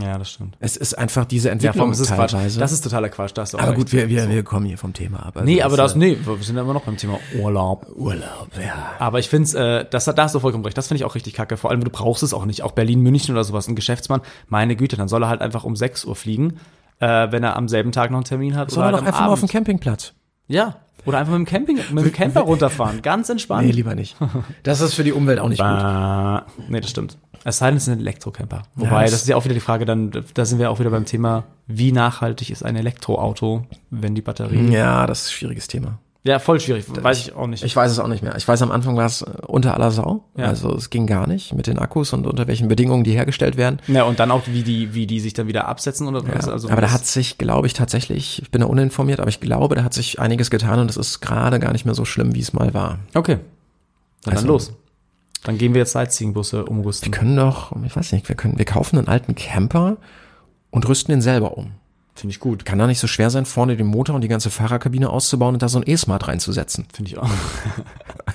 Speaker 3: ja, das stimmt.
Speaker 2: Es ist einfach diese
Speaker 3: Ja,
Speaker 2: Entwicklung
Speaker 3: ist es Quatsch.
Speaker 2: teilweise.
Speaker 3: Das ist totaler Quatsch. Da hast du auch
Speaker 2: aber
Speaker 3: recht.
Speaker 2: gut, wir, wir, wir kommen hier vom Thema ab. Also
Speaker 3: Nee, aber das,
Speaker 2: äh,
Speaker 3: nee, wir sind ja immer noch beim Thema Urlaub.
Speaker 2: Urlaub, ja.
Speaker 3: Aber ich finde es, äh, das, da hast du vollkommen recht, das finde ich auch richtig kacke. Vor allem, du brauchst es auch nicht. Auch Berlin, München oder sowas, ein Geschäftsmann, meine Güte, dann soll er halt einfach um 6 Uhr fliegen, äh, wenn er am selben Tag noch einen Termin hat.
Speaker 2: Sollen wir
Speaker 3: oder
Speaker 2: doch
Speaker 3: halt am
Speaker 2: einfach mal auf
Speaker 3: Abend.
Speaker 2: den Campingplatz?
Speaker 3: Ja, oder einfach mit dem, Camping, mit dem Camper runterfahren, ganz entspannt.
Speaker 2: Nee, lieber nicht. Das ist für die Umwelt auch nicht gut.
Speaker 3: Bah. Nee, das stimmt. Es sei denn, es ist ein Elektrocamper. Wobei,
Speaker 2: das-
Speaker 3: das ist ja auch wieder die Frage, dann, da sind wir auch wieder beim Thema, wie nachhaltig ist ein Elektroauto, wenn die Batterie.
Speaker 2: Ja, das ist ein schwieriges Thema.
Speaker 3: Ja, voll schwierig, weiß ich auch nicht.
Speaker 2: Mhm. Ich weiß es auch nicht mehr. Ich weiß, am Anfang war es äh, unter aller Sau.
Speaker 3: Ja.
Speaker 2: Also es ging gar nicht mit den Akkus und unter welchen Bedingungen die hergestellt werden.
Speaker 3: ja, und dann auch, wie die, wie die sich dann wieder absetzen oder was.
Speaker 2: Ja,
Speaker 3: Also
Speaker 2: aber da
Speaker 3: das-
Speaker 2: hat sich, glaube ich, tatsächlich, ich bin da uninformiert, aber ich glaube, da hat sich einiges getan und es ist gerade gar nicht mehr so schlimm, wie es mal war.
Speaker 3: Okay. Dann,
Speaker 2: Also-
Speaker 3: dann los. Dann gehen wir jetzt Sightseeing-Busse umrüsten.
Speaker 2: Wir können doch, ich weiß nicht, wir können, wir kaufen einen alten Camper und rüsten den selber um.
Speaker 3: Finde ich gut.
Speaker 2: Kann da nicht so schwer sein, vorne den Motor und die ganze Fahrerkabine auszubauen und da so ein E-Smart reinzusetzen.
Speaker 3: Finde ich auch.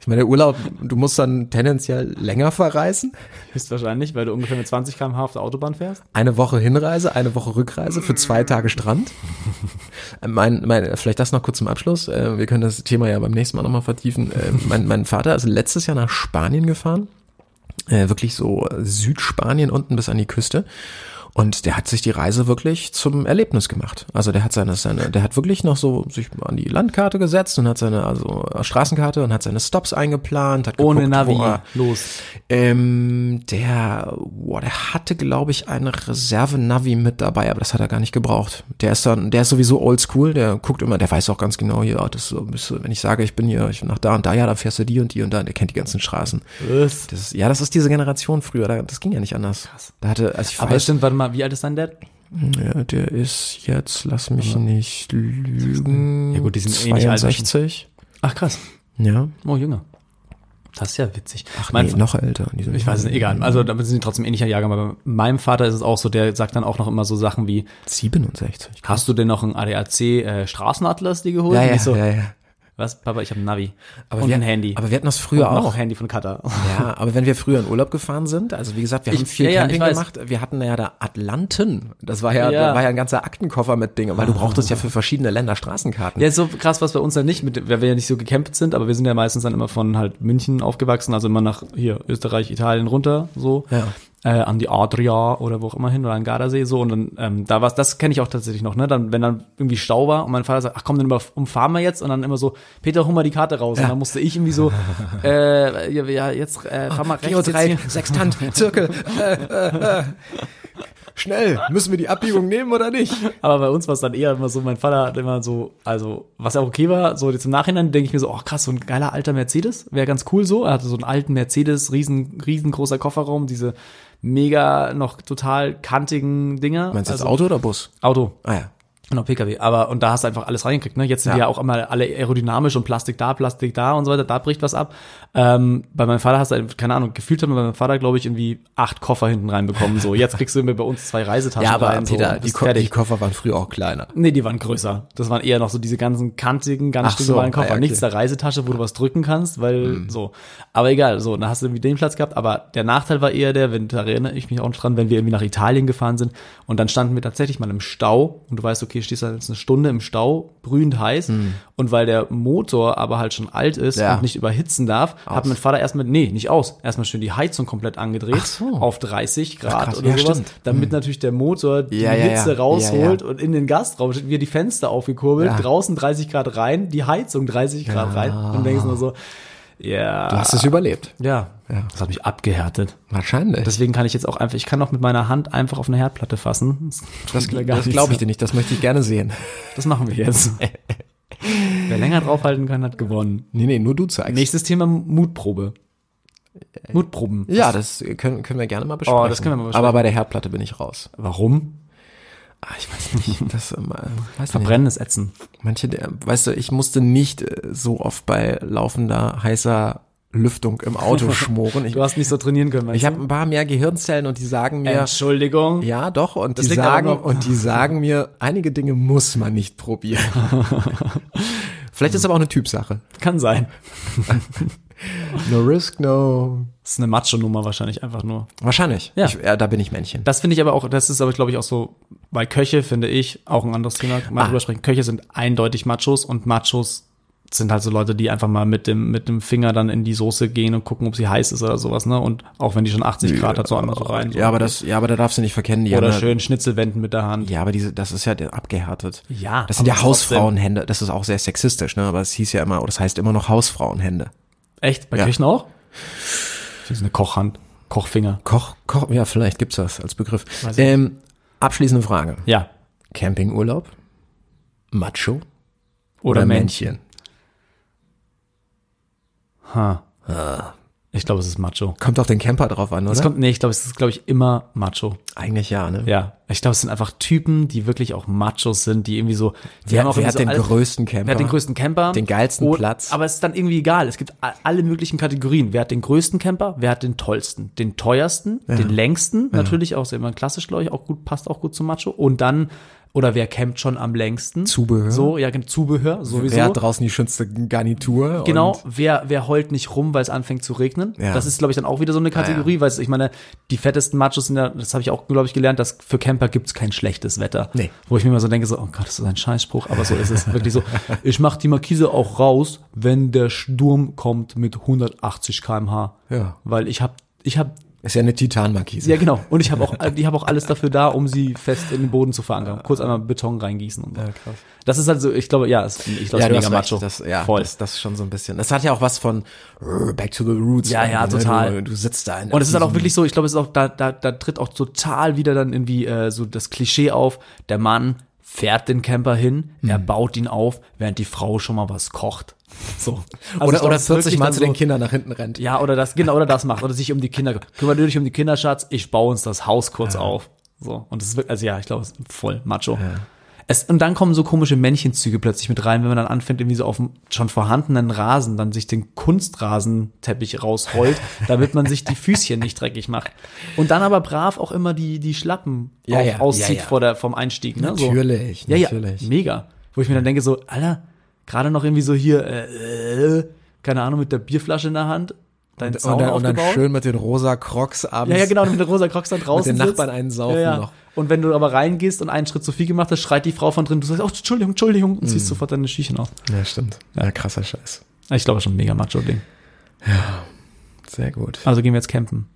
Speaker 2: Ich meine, der Urlaub, du musst dann tendenziell länger verreisen.
Speaker 3: Höchstwahrscheinlich, weil du ungefähr mit 20 km/h auf der Autobahn fährst.
Speaker 2: Eine Woche Hinreise, eine Woche Rückreise für zwei Tage Strand. Äh, mein, mein, vielleicht das noch kurz zum Abschluss. Äh, Wir können das Thema ja beim nächsten Mal nochmal vertiefen. Äh, Mein, mein Vater ist letztes Jahr nach Spanien gefahren. Äh, Wirklich so Südspanien unten bis an die Küste. Und der hat sich die Reise wirklich zum Erlebnis gemacht. Also der hat seine, seine, der hat wirklich noch so sich an die Landkarte gesetzt und hat seine, also Straßenkarte und hat seine Stops eingeplant, hat
Speaker 3: Ohne
Speaker 2: geguckt,
Speaker 3: Navi.
Speaker 2: wo er,
Speaker 3: Los.
Speaker 2: ähm, der, boah, der hatte, glaube ich, eine Reserve-Navi mit dabei, aber das hat er gar nicht gebraucht. Der ist dann, der ist sowieso oldschool, der guckt immer, der weiß auch ganz genau, ja, das ist so, ein bisschen, wenn ich sage, ich bin hier, ich bin nach da und da, ja, dann fährst du die und die und da, der kennt die ganzen Straßen.
Speaker 3: Was?
Speaker 2: Das ist, ja, das ist diese Generation früher, da, das ging ja nicht anders. Da hatte, also ich
Speaker 3: Aber
Speaker 2: weiß, hm,
Speaker 3: stimmt, warte mal, wie alt ist dein Dad?
Speaker 2: ja, der ist jetzt, lass mich nicht lügen,
Speaker 3: Ja gut, die sind eh nicht alt.
Speaker 2: 62,
Speaker 3: Ach krass.
Speaker 2: ja,
Speaker 3: Oh, jünger. Das ist ja witzig.
Speaker 2: Ach,
Speaker 3: mein
Speaker 2: nee, noch älter. Die sind-
Speaker 3: Ich weiß es nicht, egal. Also damit sind die trotzdem ähnlicher Jahrgang. Aber bei meinem Vater ist es auch so, der sagt dann auch noch immer so Sachen wie,
Speaker 2: 67.
Speaker 3: hast du denn noch einen ADAC äh, Straßenatlas dir geholt?
Speaker 2: Ja,
Speaker 3: Und
Speaker 2: ja,
Speaker 3: ich so,
Speaker 2: ja, ja.
Speaker 3: Was, Papa, ich habe ein Navi.
Speaker 2: Aber
Speaker 3: und
Speaker 2: wir,
Speaker 3: ein Handy.
Speaker 2: Aber wir hatten das früher
Speaker 3: Und noch
Speaker 2: auch.
Speaker 3: ein Handy von Qatar.
Speaker 2: Ja, aber wenn wir früher in Urlaub gefahren sind, also wie gesagt, wir haben
Speaker 3: Ich-
Speaker 2: viel
Speaker 3: ja, ja,
Speaker 2: Camping
Speaker 3: ich weiß.
Speaker 2: gemacht. Wir hatten ja da Atlanten. Das war ja,
Speaker 3: Ja.
Speaker 2: Da war ja ein ganzer Aktenkoffer mit Dingen, weil du brauchtest ja für verschiedene Länder Straßenkarten.
Speaker 3: Ja, ist so krass, was bei uns dann nicht, mit, weil wir ja nicht so gecampt sind, aber wir sind ja meistens dann immer von halt München aufgewachsen, also immer nach hier Österreich, Italien runter, so.
Speaker 2: Ja.
Speaker 3: Äh, an die Adria oder wo auch immer hin oder an den Gardasee, so. Und dann, ähm, da war's, das kenne ich auch tatsächlich noch, ne? Dann, wenn dann irgendwie Stau war und mein Vater sagt, ach komm, dann über, umfahren wir jetzt und dann immer so, Peter, hol mal die Karte raus. Und dann musste ich irgendwie so, äh, ja, ja, jetzt äh, fahr mal rechts. jetzt hier.
Speaker 2: Geodreieck, Sextant, Zirkel. äh, äh, äh. Schnell, müssen wir die Abbiegung nehmen oder nicht?
Speaker 3: Aber bei uns war es dann eher immer so, mein Vater hat immer so, also, was ja auch okay war, so jetzt im Nachhinein denke ich mir so, oh krass, so ein geiler alter Mercedes, wäre ganz cool so. Er hatte so einen alten Mercedes, riesen, riesengroßer Kofferraum, diese mega noch total kantigen Dinger.
Speaker 2: Meinst du
Speaker 3: also,
Speaker 2: das Auto oder Bus?
Speaker 3: Auto?
Speaker 2: Ah ja.
Speaker 3: Genau, PKW. Aber, und da hast du einfach alles reingekriegt, ne? Jetzt sind
Speaker 2: Ja.
Speaker 3: ja, ja auch immer alle aerodynamisch und Plastik da, Plastik da und so weiter, da bricht was ab. Ähm, bei meinem Vater hast du, einfach, keine Ahnung, gefühlt haben wir bei meinem Vater, glaube ich, irgendwie acht Koffer hinten reinbekommen, so. Jetzt kriegst du immer bei uns zwei Reisetaschen
Speaker 2: Also
Speaker 3: rein, so, und bist fertig.
Speaker 2: Koffer waren früher auch kleiner.
Speaker 3: Nee, die waren größer. Das waren eher noch so diese ganzen kantigen, ganz
Speaker 2: Ach so,
Speaker 3: stinknormalen Koffer.
Speaker 2: ja, okay. Mhm.
Speaker 3: Nichts der Reisetasche, wo du was drücken kannst, weil so. Aber egal, so, dann hast du irgendwie den Platz gehabt. Aber der Nachteil war eher der, wenn, da erinnere ich mich auch noch dran, wenn wir irgendwie nach Italien gefahren sind und dann standen wir tatsächlich mal im Stau und du weißt, okay, okay, stehst du halt jetzt eine Stunde im Stau, brühend heiß. Und weil der Motor aber halt schon alt ist
Speaker 2: Mhm. Ja.
Speaker 3: und nicht überhitzen darf, hat mein Vater erstmal, nee, nicht aus, erstmal schön die Heizung komplett angedreht
Speaker 2: Ach so.
Speaker 3: auf 30 Grad
Speaker 2: krass.
Speaker 3: oder
Speaker 2: Ja,
Speaker 3: sowas,
Speaker 2: stimmt. Mhm.
Speaker 3: damit natürlich der Motor die
Speaker 2: Ja, ja, ja.
Speaker 3: Hitze
Speaker 2: Ja, ja.
Speaker 3: rausholt und in den Gastraum steht, wir die Fenster aufgekurbelt,
Speaker 2: Ja.
Speaker 3: draußen 30 Grad rein, die Heizung 30 Grad rein und denkst nur so, ja.
Speaker 2: Du hast es überlebt.
Speaker 3: Ja. Das hat mich abgehärtet.
Speaker 2: Wahrscheinlich. Das,
Speaker 3: Deswegen kann ich jetzt auch einfach, ich kann auch mit meiner Hand einfach auf eine Herdplatte fassen.
Speaker 2: das,
Speaker 3: tut mir gar
Speaker 2: das
Speaker 3: nichts.
Speaker 2: glaube ich dir nicht. Das möchte ich gerne sehen.
Speaker 3: Das machen wir jetzt. Wer länger draufhalten kann, hat gewonnen.
Speaker 2: Nee, nee, nur du zeigst.
Speaker 3: Nächstes Thema Mutprobe. Mutproben.
Speaker 2: Äh, Ja, das können, können wir gerne mal besprechen.
Speaker 3: Oh, das können wir mal besprechen.
Speaker 2: Aber bei der Herdplatte bin ich raus.
Speaker 3: Warum?
Speaker 2: Ah, ich weiß nicht. Das immer, weiß nicht.
Speaker 3: Verbrennen ist ätzen.
Speaker 2: Manche, der, weißt du, ich musste nicht äh, so oft bei laufender, heißer Lüftung im Auto schmoren. Ich,
Speaker 3: Du hast nicht so trainieren können, weißt
Speaker 2: ich habe ein paar mehr Gehirnzellen und die sagen
Speaker 3: du?
Speaker 2: mir,
Speaker 3: Entschuldigung.
Speaker 2: ja doch, und die,
Speaker 3: liegt aber
Speaker 2: sagen,
Speaker 3: nur-
Speaker 2: und die sagen mir, einige Dinge muss man nicht probieren. Vielleicht ist aber auch eine Typsache.
Speaker 3: Kann sein.
Speaker 2: No risk, no.
Speaker 3: Das ist eine Macho-Nummer wahrscheinlich einfach nur.
Speaker 2: Wahrscheinlich.
Speaker 3: Ja.
Speaker 2: Ich, ja da bin ich Männchen.
Speaker 3: Das finde ich aber auch, das ist aber, glaube ich, auch so, weil Köche, finde ich, auch ein anderes Thema,
Speaker 2: Ah.
Speaker 3: mal drüber sprechen. Köche sind eindeutig Machos und Machos sind halt so Leute, die einfach mal mit dem, mit dem Finger dann in die Soße gehen und gucken, ob sie heiß ist oder sowas, ne? Und auch wenn die schon 80 Grad hat, so einmal so rein. So.
Speaker 2: Ja, aber das, ja, aber da darfst du nicht verkennen. Die
Speaker 3: Oder
Speaker 2: haben da-
Speaker 3: schön Schnitzel wenden mit der Hand.
Speaker 2: Ja, aber diese, das ist ja der- abgehärtet.
Speaker 3: Ja,
Speaker 2: Das sind ja
Speaker 3: aber trotzdem.
Speaker 2: Hausfrauenhände. Das ist auch sehr sexistisch, ne? Aber es hieß ja immer, oder das heißt immer noch Hausfrauenhände.
Speaker 3: Echt? Bei
Speaker 2: Ja.
Speaker 3: Köchen auch? Das ist eine Kochhand. Kochfinger.
Speaker 2: Koch, Koch, ja, vielleicht gibt's das als Begriff.
Speaker 3: Weiß ich
Speaker 2: Ähm, abschließende Frage.
Speaker 3: Ja.
Speaker 2: Campingurlaub? Macho?
Speaker 3: Oder, Mensch. Ha.
Speaker 2: Ah.
Speaker 3: Ich glaube, es ist Macho.
Speaker 2: Kommt auf den Camper drauf an,
Speaker 3: Es
Speaker 2: oder?
Speaker 3: kommt, nee, ich glaube, es ist, glaube ich, immer Macho.
Speaker 2: Eigentlich ja, ne?
Speaker 3: Ja, ich glaube, es sind einfach Typen, die wirklich auch Machos sind, die irgendwie so. Die
Speaker 2: Wer,
Speaker 3: haben auch
Speaker 2: wer
Speaker 3: irgendwie
Speaker 2: hat
Speaker 3: so
Speaker 2: den
Speaker 3: alles-
Speaker 2: größten Camper?
Speaker 3: Wer hat den größten Camper?
Speaker 2: Den geilsten
Speaker 3: Oh,
Speaker 2: Platz?
Speaker 3: Aber es ist dann irgendwie egal. Es gibt a- alle möglichen Kategorien. Wer hat den größten Camper? Wer hat den tollsten? Den teuersten? Den längsten? Natürlich auch sehr immer klassisch, glaube ich, auch gut, passt auch gut zum Macho. Und dann, oder wer campt schon am längsten?
Speaker 2: Zubehör.
Speaker 3: So, ja, gen- Zubehör, sowieso.
Speaker 2: Wer hat draußen die schönste Garnitur?
Speaker 3: Genau,
Speaker 2: Und
Speaker 3: wer, wer heult nicht rum, weil es anfängt zu regnen?
Speaker 2: Ja.
Speaker 3: Das ist, glaube ich, dann auch wieder so eine Kategorie, weil es, ich meine, die fettesten Machos sind ja, das habe ich auch, glaube ich, gelernt, dass für Camper gibt's kein schlechtes Wetter.
Speaker 2: Nee.
Speaker 3: Wo ich mir immer so denke, so, oh Gott, das ist ein Scheißspruch, aber so ist es wirklich so. Ich mache die Markise auch raus, wenn der Sturm kommt mit 180 kmh.
Speaker 2: Ja.
Speaker 3: Weil ich habe ich habe
Speaker 2: ist ja eine Titanmarkise.
Speaker 3: ja genau und ich habe auch ich habe auch alles dafür da, um sie fest in den Boden zu verankern. Kurz einmal Beton reingießen und so. Ja, krass. Das ist halt so, ich glaube, ja, das, ich glaube,
Speaker 2: Ja,
Speaker 3: ja,
Speaker 2: du
Speaker 3: mega
Speaker 2: hast
Speaker 3: macho.
Speaker 2: recht, das, ja,
Speaker 3: Voll.
Speaker 2: Das, das ist schon so ein bisschen. Das hat ja auch was von äh, Back to the Roots.
Speaker 3: Ja, ja,
Speaker 2: irgendwie, ne?
Speaker 3: total.
Speaker 2: Du, du sitzt da in
Speaker 3: Und es ist dann auch wirklich so, ich glaube, es ist auch, da, da, da tritt auch total wieder dann irgendwie äh, so das Klischee auf, der Mann fährt den Camper hin, er baut ihn auf, während die Frau schon mal was kocht. So. Also ich
Speaker 2: oder,
Speaker 3: glaube,
Speaker 2: oder
Speaker 3: es ist wirklich
Speaker 2: 40 Mal
Speaker 3: dann
Speaker 2: zu den
Speaker 3: so-
Speaker 2: Kindern nach hinten rennt.
Speaker 3: Ja, oder das, genau, oder das macht, oder sich um die Kinder, kümmert du dich um die Kinder, Schatz, ich baue uns das Haus kurz auf. So. Und das ist wirklich, also ja, ich glaube, es ist voll macho. Es, und dann kommen so komische Männchenzüge plötzlich mit rein, wenn man dann anfängt, irgendwie so auf dem schon vorhandenen Rasen dann sich den Kunstrasenteppich rausrollt, damit man sich die Füßchen nicht dreckig macht. Und dann aber brav auch immer die, die Schlappen
Speaker 2: Ja,
Speaker 3: auch
Speaker 2: ja,
Speaker 3: auszieht
Speaker 2: ja, ja.
Speaker 3: Vor der, vom Einstieg. Ne? So.
Speaker 2: Natürlich,
Speaker 3: ja,
Speaker 2: natürlich.
Speaker 3: Ja, mega. Wo ich mir dann denke, so, Alter, gerade noch irgendwie so hier, äh, äh, keine Ahnung, mit der Bierflasche in der Hand, deinen Zaun
Speaker 2: und, dann, und
Speaker 3: aufgebaut.
Speaker 2: dann schön mit den rosa Crocs abends.
Speaker 3: ja, ja, genau, mit der rosa Crocs dann draußen
Speaker 2: den
Speaker 3: sitzt.
Speaker 2: Nachbarn einen saufen noch.
Speaker 3: Und wenn du aber reingehst und einen Schritt zu viel gemacht hast, schreit die Frau von drin, du sagst, oh, Entschuldigung, Entschuldigung, und
Speaker 2: Mhm.
Speaker 3: ziehst sofort deine Schiechen aus.
Speaker 2: Ja, stimmt. Ja, krasser Scheiß.
Speaker 3: Ich glaube, schon ein mega Macho-Ding.
Speaker 2: Sehr gut.
Speaker 3: Also gehen wir jetzt campen.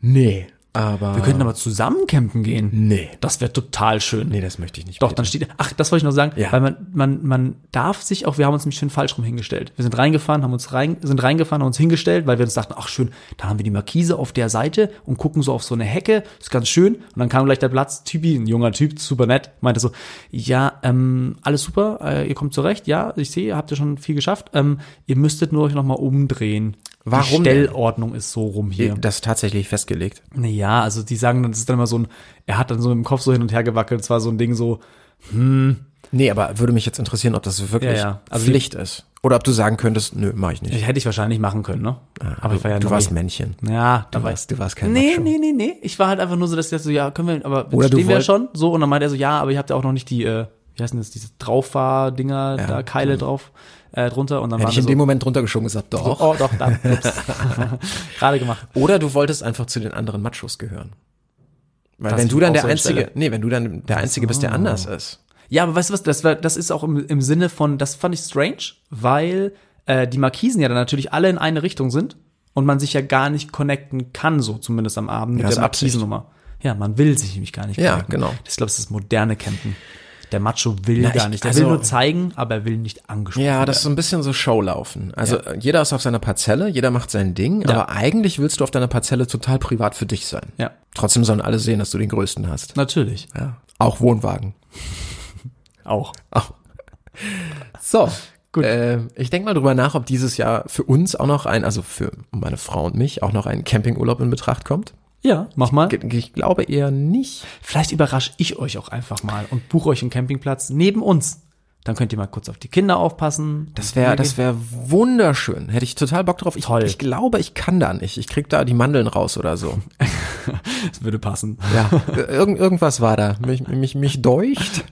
Speaker 2: Nee, aber.
Speaker 3: Wir könnten aber zusammen campen gehen.
Speaker 2: Ah. Nee.
Speaker 3: Das wäre total schön.
Speaker 2: Nee, das möchte ich nicht.
Speaker 3: Doch, dann steht, ach, das wollte ich noch sagen,
Speaker 2: Ja.
Speaker 3: weil man, man, man darf sich auch, wir haben uns nämlich schön falsch rum hingestellt. Wir sind reingefahren, haben uns rein, sind reingefahren, haben uns hingestellt, weil wir uns dachten, ach schön, da haben wir die Markise auf der Seite und gucken so auf so eine Hecke, ist ganz schön. Und dann kam gleich der Platz, Typi, ein junger Typ, super nett, meinte so, ja, ähm, alles super, äh, ihr kommt zurecht, ja, ich sehe, ihr habt ja schon viel geschafft, ähm, ihr müsstet nur euch nochmal umdrehen.
Speaker 2: Warum
Speaker 3: Die
Speaker 2: denn? Äh,
Speaker 3: Stellordnung ist so rum hier.
Speaker 2: Das ist tatsächlich festgelegt.
Speaker 3: Naja, also die sagen dann, das ist dann immer so ein, er hat dann so im Kopf so hin und her gewackelt, es war so ein Ding so,
Speaker 2: Nee, aber würde mich jetzt interessieren, ob das wirklich
Speaker 3: Ja, ja. Also die-
Speaker 2: Pflicht ist. Oder ob du sagen könntest, nö, mach ich nicht.
Speaker 3: Ich hätte ich wahrscheinlich machen können, ne? aber ich war ja
Speaker 2: du
Speaker 3: neu.
Speaker 2: warst Männchen.
Speaker 3: Ja, da
Speaker 2: Du
Speaker 3: war
Speaker 2: warst, du warst kein
Speaker 3: Nee,
Speaker 2: Macho.
Speaker 3: nee, nee, nee. Ich war halt einfach nur so, dass ich dachte so, ja, können wir, aber
Speaker 2: Oder du
Speaker 3: stehen wir ja
Speaker 2: wollt-
Speaker 3: schon. So, und dann meinte er so, ja, aber ihr habt ja auch noch nicht die, äh, wie heißen das, diese Drauffahr-Dinger, da Keile drauf, äh, drunter. Und
Speaker 2: genau.
Speaker 3: dann
Speaker 2: Hätte
Speaker 3: waren
Speaker 2: ich
Speaker 3: wir
Speaker 2: in
Speaker 3: so,
Speaker 2: dem Moment drunter geschoben gesagt, doch.
Speaker 3: oh, doch, da, ups. Gerade gemacht.
Speaker 2: Oder du wolltest einfach zu den anderen Machos gehören. Weil
Speaker 3: Das
Speaker 2: wenn du
Speaker 3: ist
Speaker 2: dann
Speaker 3: auch
Speaker 2: der
Speaker 3: so eine
Speaker 2: Einzige,
Speaker 3: Stelle. Ah.
Speaker 2: nee, wenn du dann der Einzige bist, der anders ist.
Speaker 3: Ja, aber weißt du was, das, war, das ist auch im, im Sinne von, das fand ich strange, weil äh, die Markisen ja dann natürlich alle in eine Richtung sind und man sich ja gar nicht connecten kann, so zumindest am Abend
Speaker 2: Ja,
Speaker 3: mit
Speaker 2: ist
Speaker 3: der
Speaker 2: Absicht.
Speaker 3: Markisennummer. Ja, man will sich nämlich gar nicht
Speaker 2: Ja, genau.
Speaker 3: Ich glaube, das ist das moderne Campen. Der Macho will
Speaker 2: Na,
Speaker 3: gar
Speaker 2: ich-
Speaker 3: nicht. Er
Speaker 2: also-
Speaker 3: will nur zeigen, aber er will nicht angesprochen
Speaker 2: Ja,
Speaker 3: werden.
Speaker 2: das ist so ein bisschen so Showlaufen. Also äh, jeder ist auf seiner Parzelle, jeder macht sein Ding, aber eigentlich willst du auf deiner Parzelle total privat für dich sein.
Speaker 3: Ja,
Speaker 2: Trotzdem sollen alle sehen, dass du den größten hast.
Speaker 3: natürlich.
Speaker 2: Ja. Auch Wohnwagen.
Speaker 3: Auch.
Speaker 2: Auch. So. Gut. Äh, ich denke mal drüber nach, ob dieses Jahr für uns auch noch ein, also für meine Frau und mich, auch noch ein Campingurlaub in Betracht kommt.
Speaker 3: Ja, mach mal.
Speaker 2: Ge- Ich glaube eher nicht.
Speaker 3: Vielleicht überrasche ich euch auch einfach mal und buche euch einen Campingplatz neben uns. Dann könnt ihr mal kurz auf die Kinder aufpassen.
Speaker 2: Das wäre das wär wunderschön. Hätte ich total Bock drauf. Ich,
Speaker 3: Toll.
Speaker 2: ich glaube, ich kann da nicht. Ich krieg da die Mandeln raus oder so.
Speaker 3: Das würde passen.
Speaker 2: Ja, irgend, irgendwas war da. Mich, mich, mich deucht.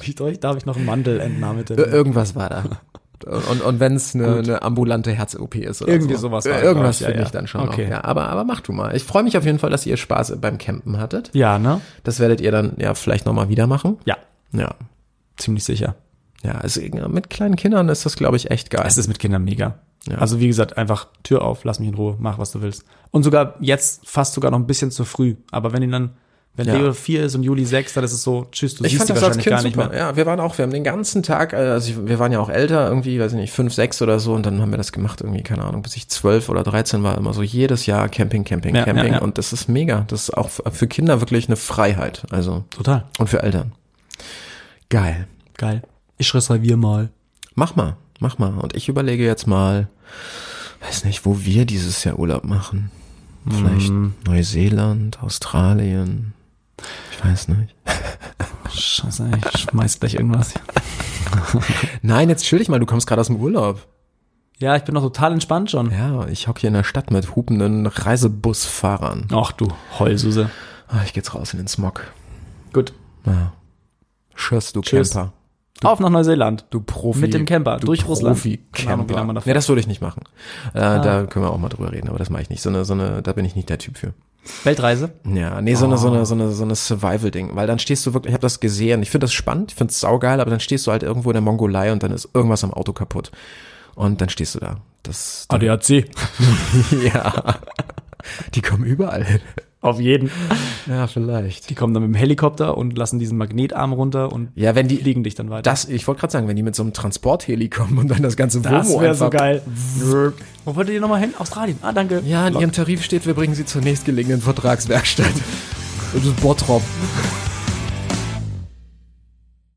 Speaker 3: Wie durch darf ich noch einen Mandel entnahmen? mit dem-
Speaker 2: Ir- Irgendwas war da. Und, und wenn es eine, eine ambulante Herz-OP ist oder
Speaker 3: Irgendwie
Speaker 2: so.
Speaker 3: sowas war
Speaker 2: Äh,
Speaker 3: da,
Speaker 2: Irgendwas
Speaker 3: glaub ich,
Speaker 2: finde
Speaker 3: ja,
Speaker 2: ich
Speaker 3: ja.
Speaker 2: dann schon.
Speaker 3: Okay.
Speaker 2: Noch, ja. aber, aber mach du mal. Ich freue mich auf jeden Fall, dass ihr Spaß beim Campen hattet.
Speaker 3: Ja, ne?
Speaker 2: Das werdet ihr dann ja vielleicht nochmal wieder machen.
Speaker 3: Ja,
Speaker 2: Ja.
Speaker 3: ziemlich sicher.
Speaker 2: Ja, also mit kleinen Kindern ist das, glaube ich, echt geil.
Speaker 3: Es ist mit Kindern mega. Also wie gesagt, einfach Tür auf, lass mich in Ruhe, mach was du willst. Und sogar jetzt fast sogar noch ein bisschen zu früh. Aber wenn ihn dann, wenn
Speaker 2: Ja.
Speaker 3: Leo 4 ist und Juli 6, dann ist es so, tschüss, du siehst die wahrscheinlich gar nicht mehr.
Speaker 2: Ja, wir waren auch, wir haben den ganzen Tag, äh, also ich, wir waren ja auch älter, irgendwie, weiß ich nicht, fünf, sechs oder so, und dann haben wir das gemacht, irgendwie, keine Ahnung, bis ich zwölf oder dreizehn war, immer so jedes Jahr Camping, Camping,
Speaker 3: Ja, ja,
Speaker 2: Camping.
Speaker 3: ja.
Speaker 2: Und das ist mega. Das ist auch f- für Kinder wirklich eine Freiheit. Also
Speaker 3: Total.
Speaker 2: und für Eltern. Geil.
Speaker 3: Geil. Ich reserviere mal.
Speaker 2: Mach mal, mach mal. Und ich überlege jetzt mal, weiß nicht, wo wir dieses Jahr Urlaub machen. Vielleicht
Speaker 3: Mhm.
Speaker 2: Neuseeland, Australien. Ich weiß nicht.
Speaker 3: Scheiße, ey, ich schmeiß gleich irgendwas.
Speaker 2: Nein, jetzt chill dich mal, du kommst gerade aus dem Urlaub.
Speaker 3: Ja, ich bin noch total entspannt schon.
Speaker 2: Ja, ich hock hier in der Stadt mit hupenden Reisebusfahrern.
Speaker 3: Ach du Heulsuse.
Speaker 2: Ah, ich geh jetzt raus in den Smog.
Speaker 3: Gut.
Speaker 2: Ja. Tschüss, du
Speaker 3: Tschüss.
Speaker 2: Camper.
Speaker 3: Auf nach Neuseeland.
Speaker 2: Du Profi.
Speaker 3: Mit dem Camper,
Speaker 2: du
Speaker 3: durch Russland. Keine Ahnung, wie lange
Speaker 2: Profi-Camper.
Speaker 3: man Ah. davon-
Speaker 2: Nee, das würde ich nicht machen. Äh, Da können wir auch mal drüber reden, aber das mache ich nicht. So eine, so eine, da bin ich nicht der Typ für.
Speaker 3: Weltreise.
Speaker 2: Ja, nee, so eine, so
Speaker 3: Ah.
Speaker 2: eine, so eine, so eine Survival-Ding. Weil dann stehst du wirklich, ich habe das gesehen, ich finde das spannend, ich finde es saugeil, aber dann stehst du halt irgendwo in der Mongolei und dann ist irgendwas am Auto kaputt. Und dann stehst du da. Das,
Speaker 3: ADAC.
Speaker 2: ja. Die kommen überall hin.
Speaker 3: Auf jeden.
Speaker 2: Ja, vielleicht.
Speaker 3: Die kommen dann mit dem Helikopter und lassen diesen Magnetarm runter und
Speaker 2: Ja, wenn die,
Speaker 3: fliegen dich dann weiter.
Speaker 2: das, ich wollte gerade sagen, wenn die mit so einem Transportheli kommen und dann das ganze Womo
Speaker 3: wär
Speaker 2: einfach-
Speaker 3: geil. Wo wollt ihr nochmal hin? Australien. Ah, danke.
Speaker 2: Ja, in ihrem Tarif steht, wir bringen sie zur nächstgelegenen Vertragswerkstatt. Das ist Bottrop.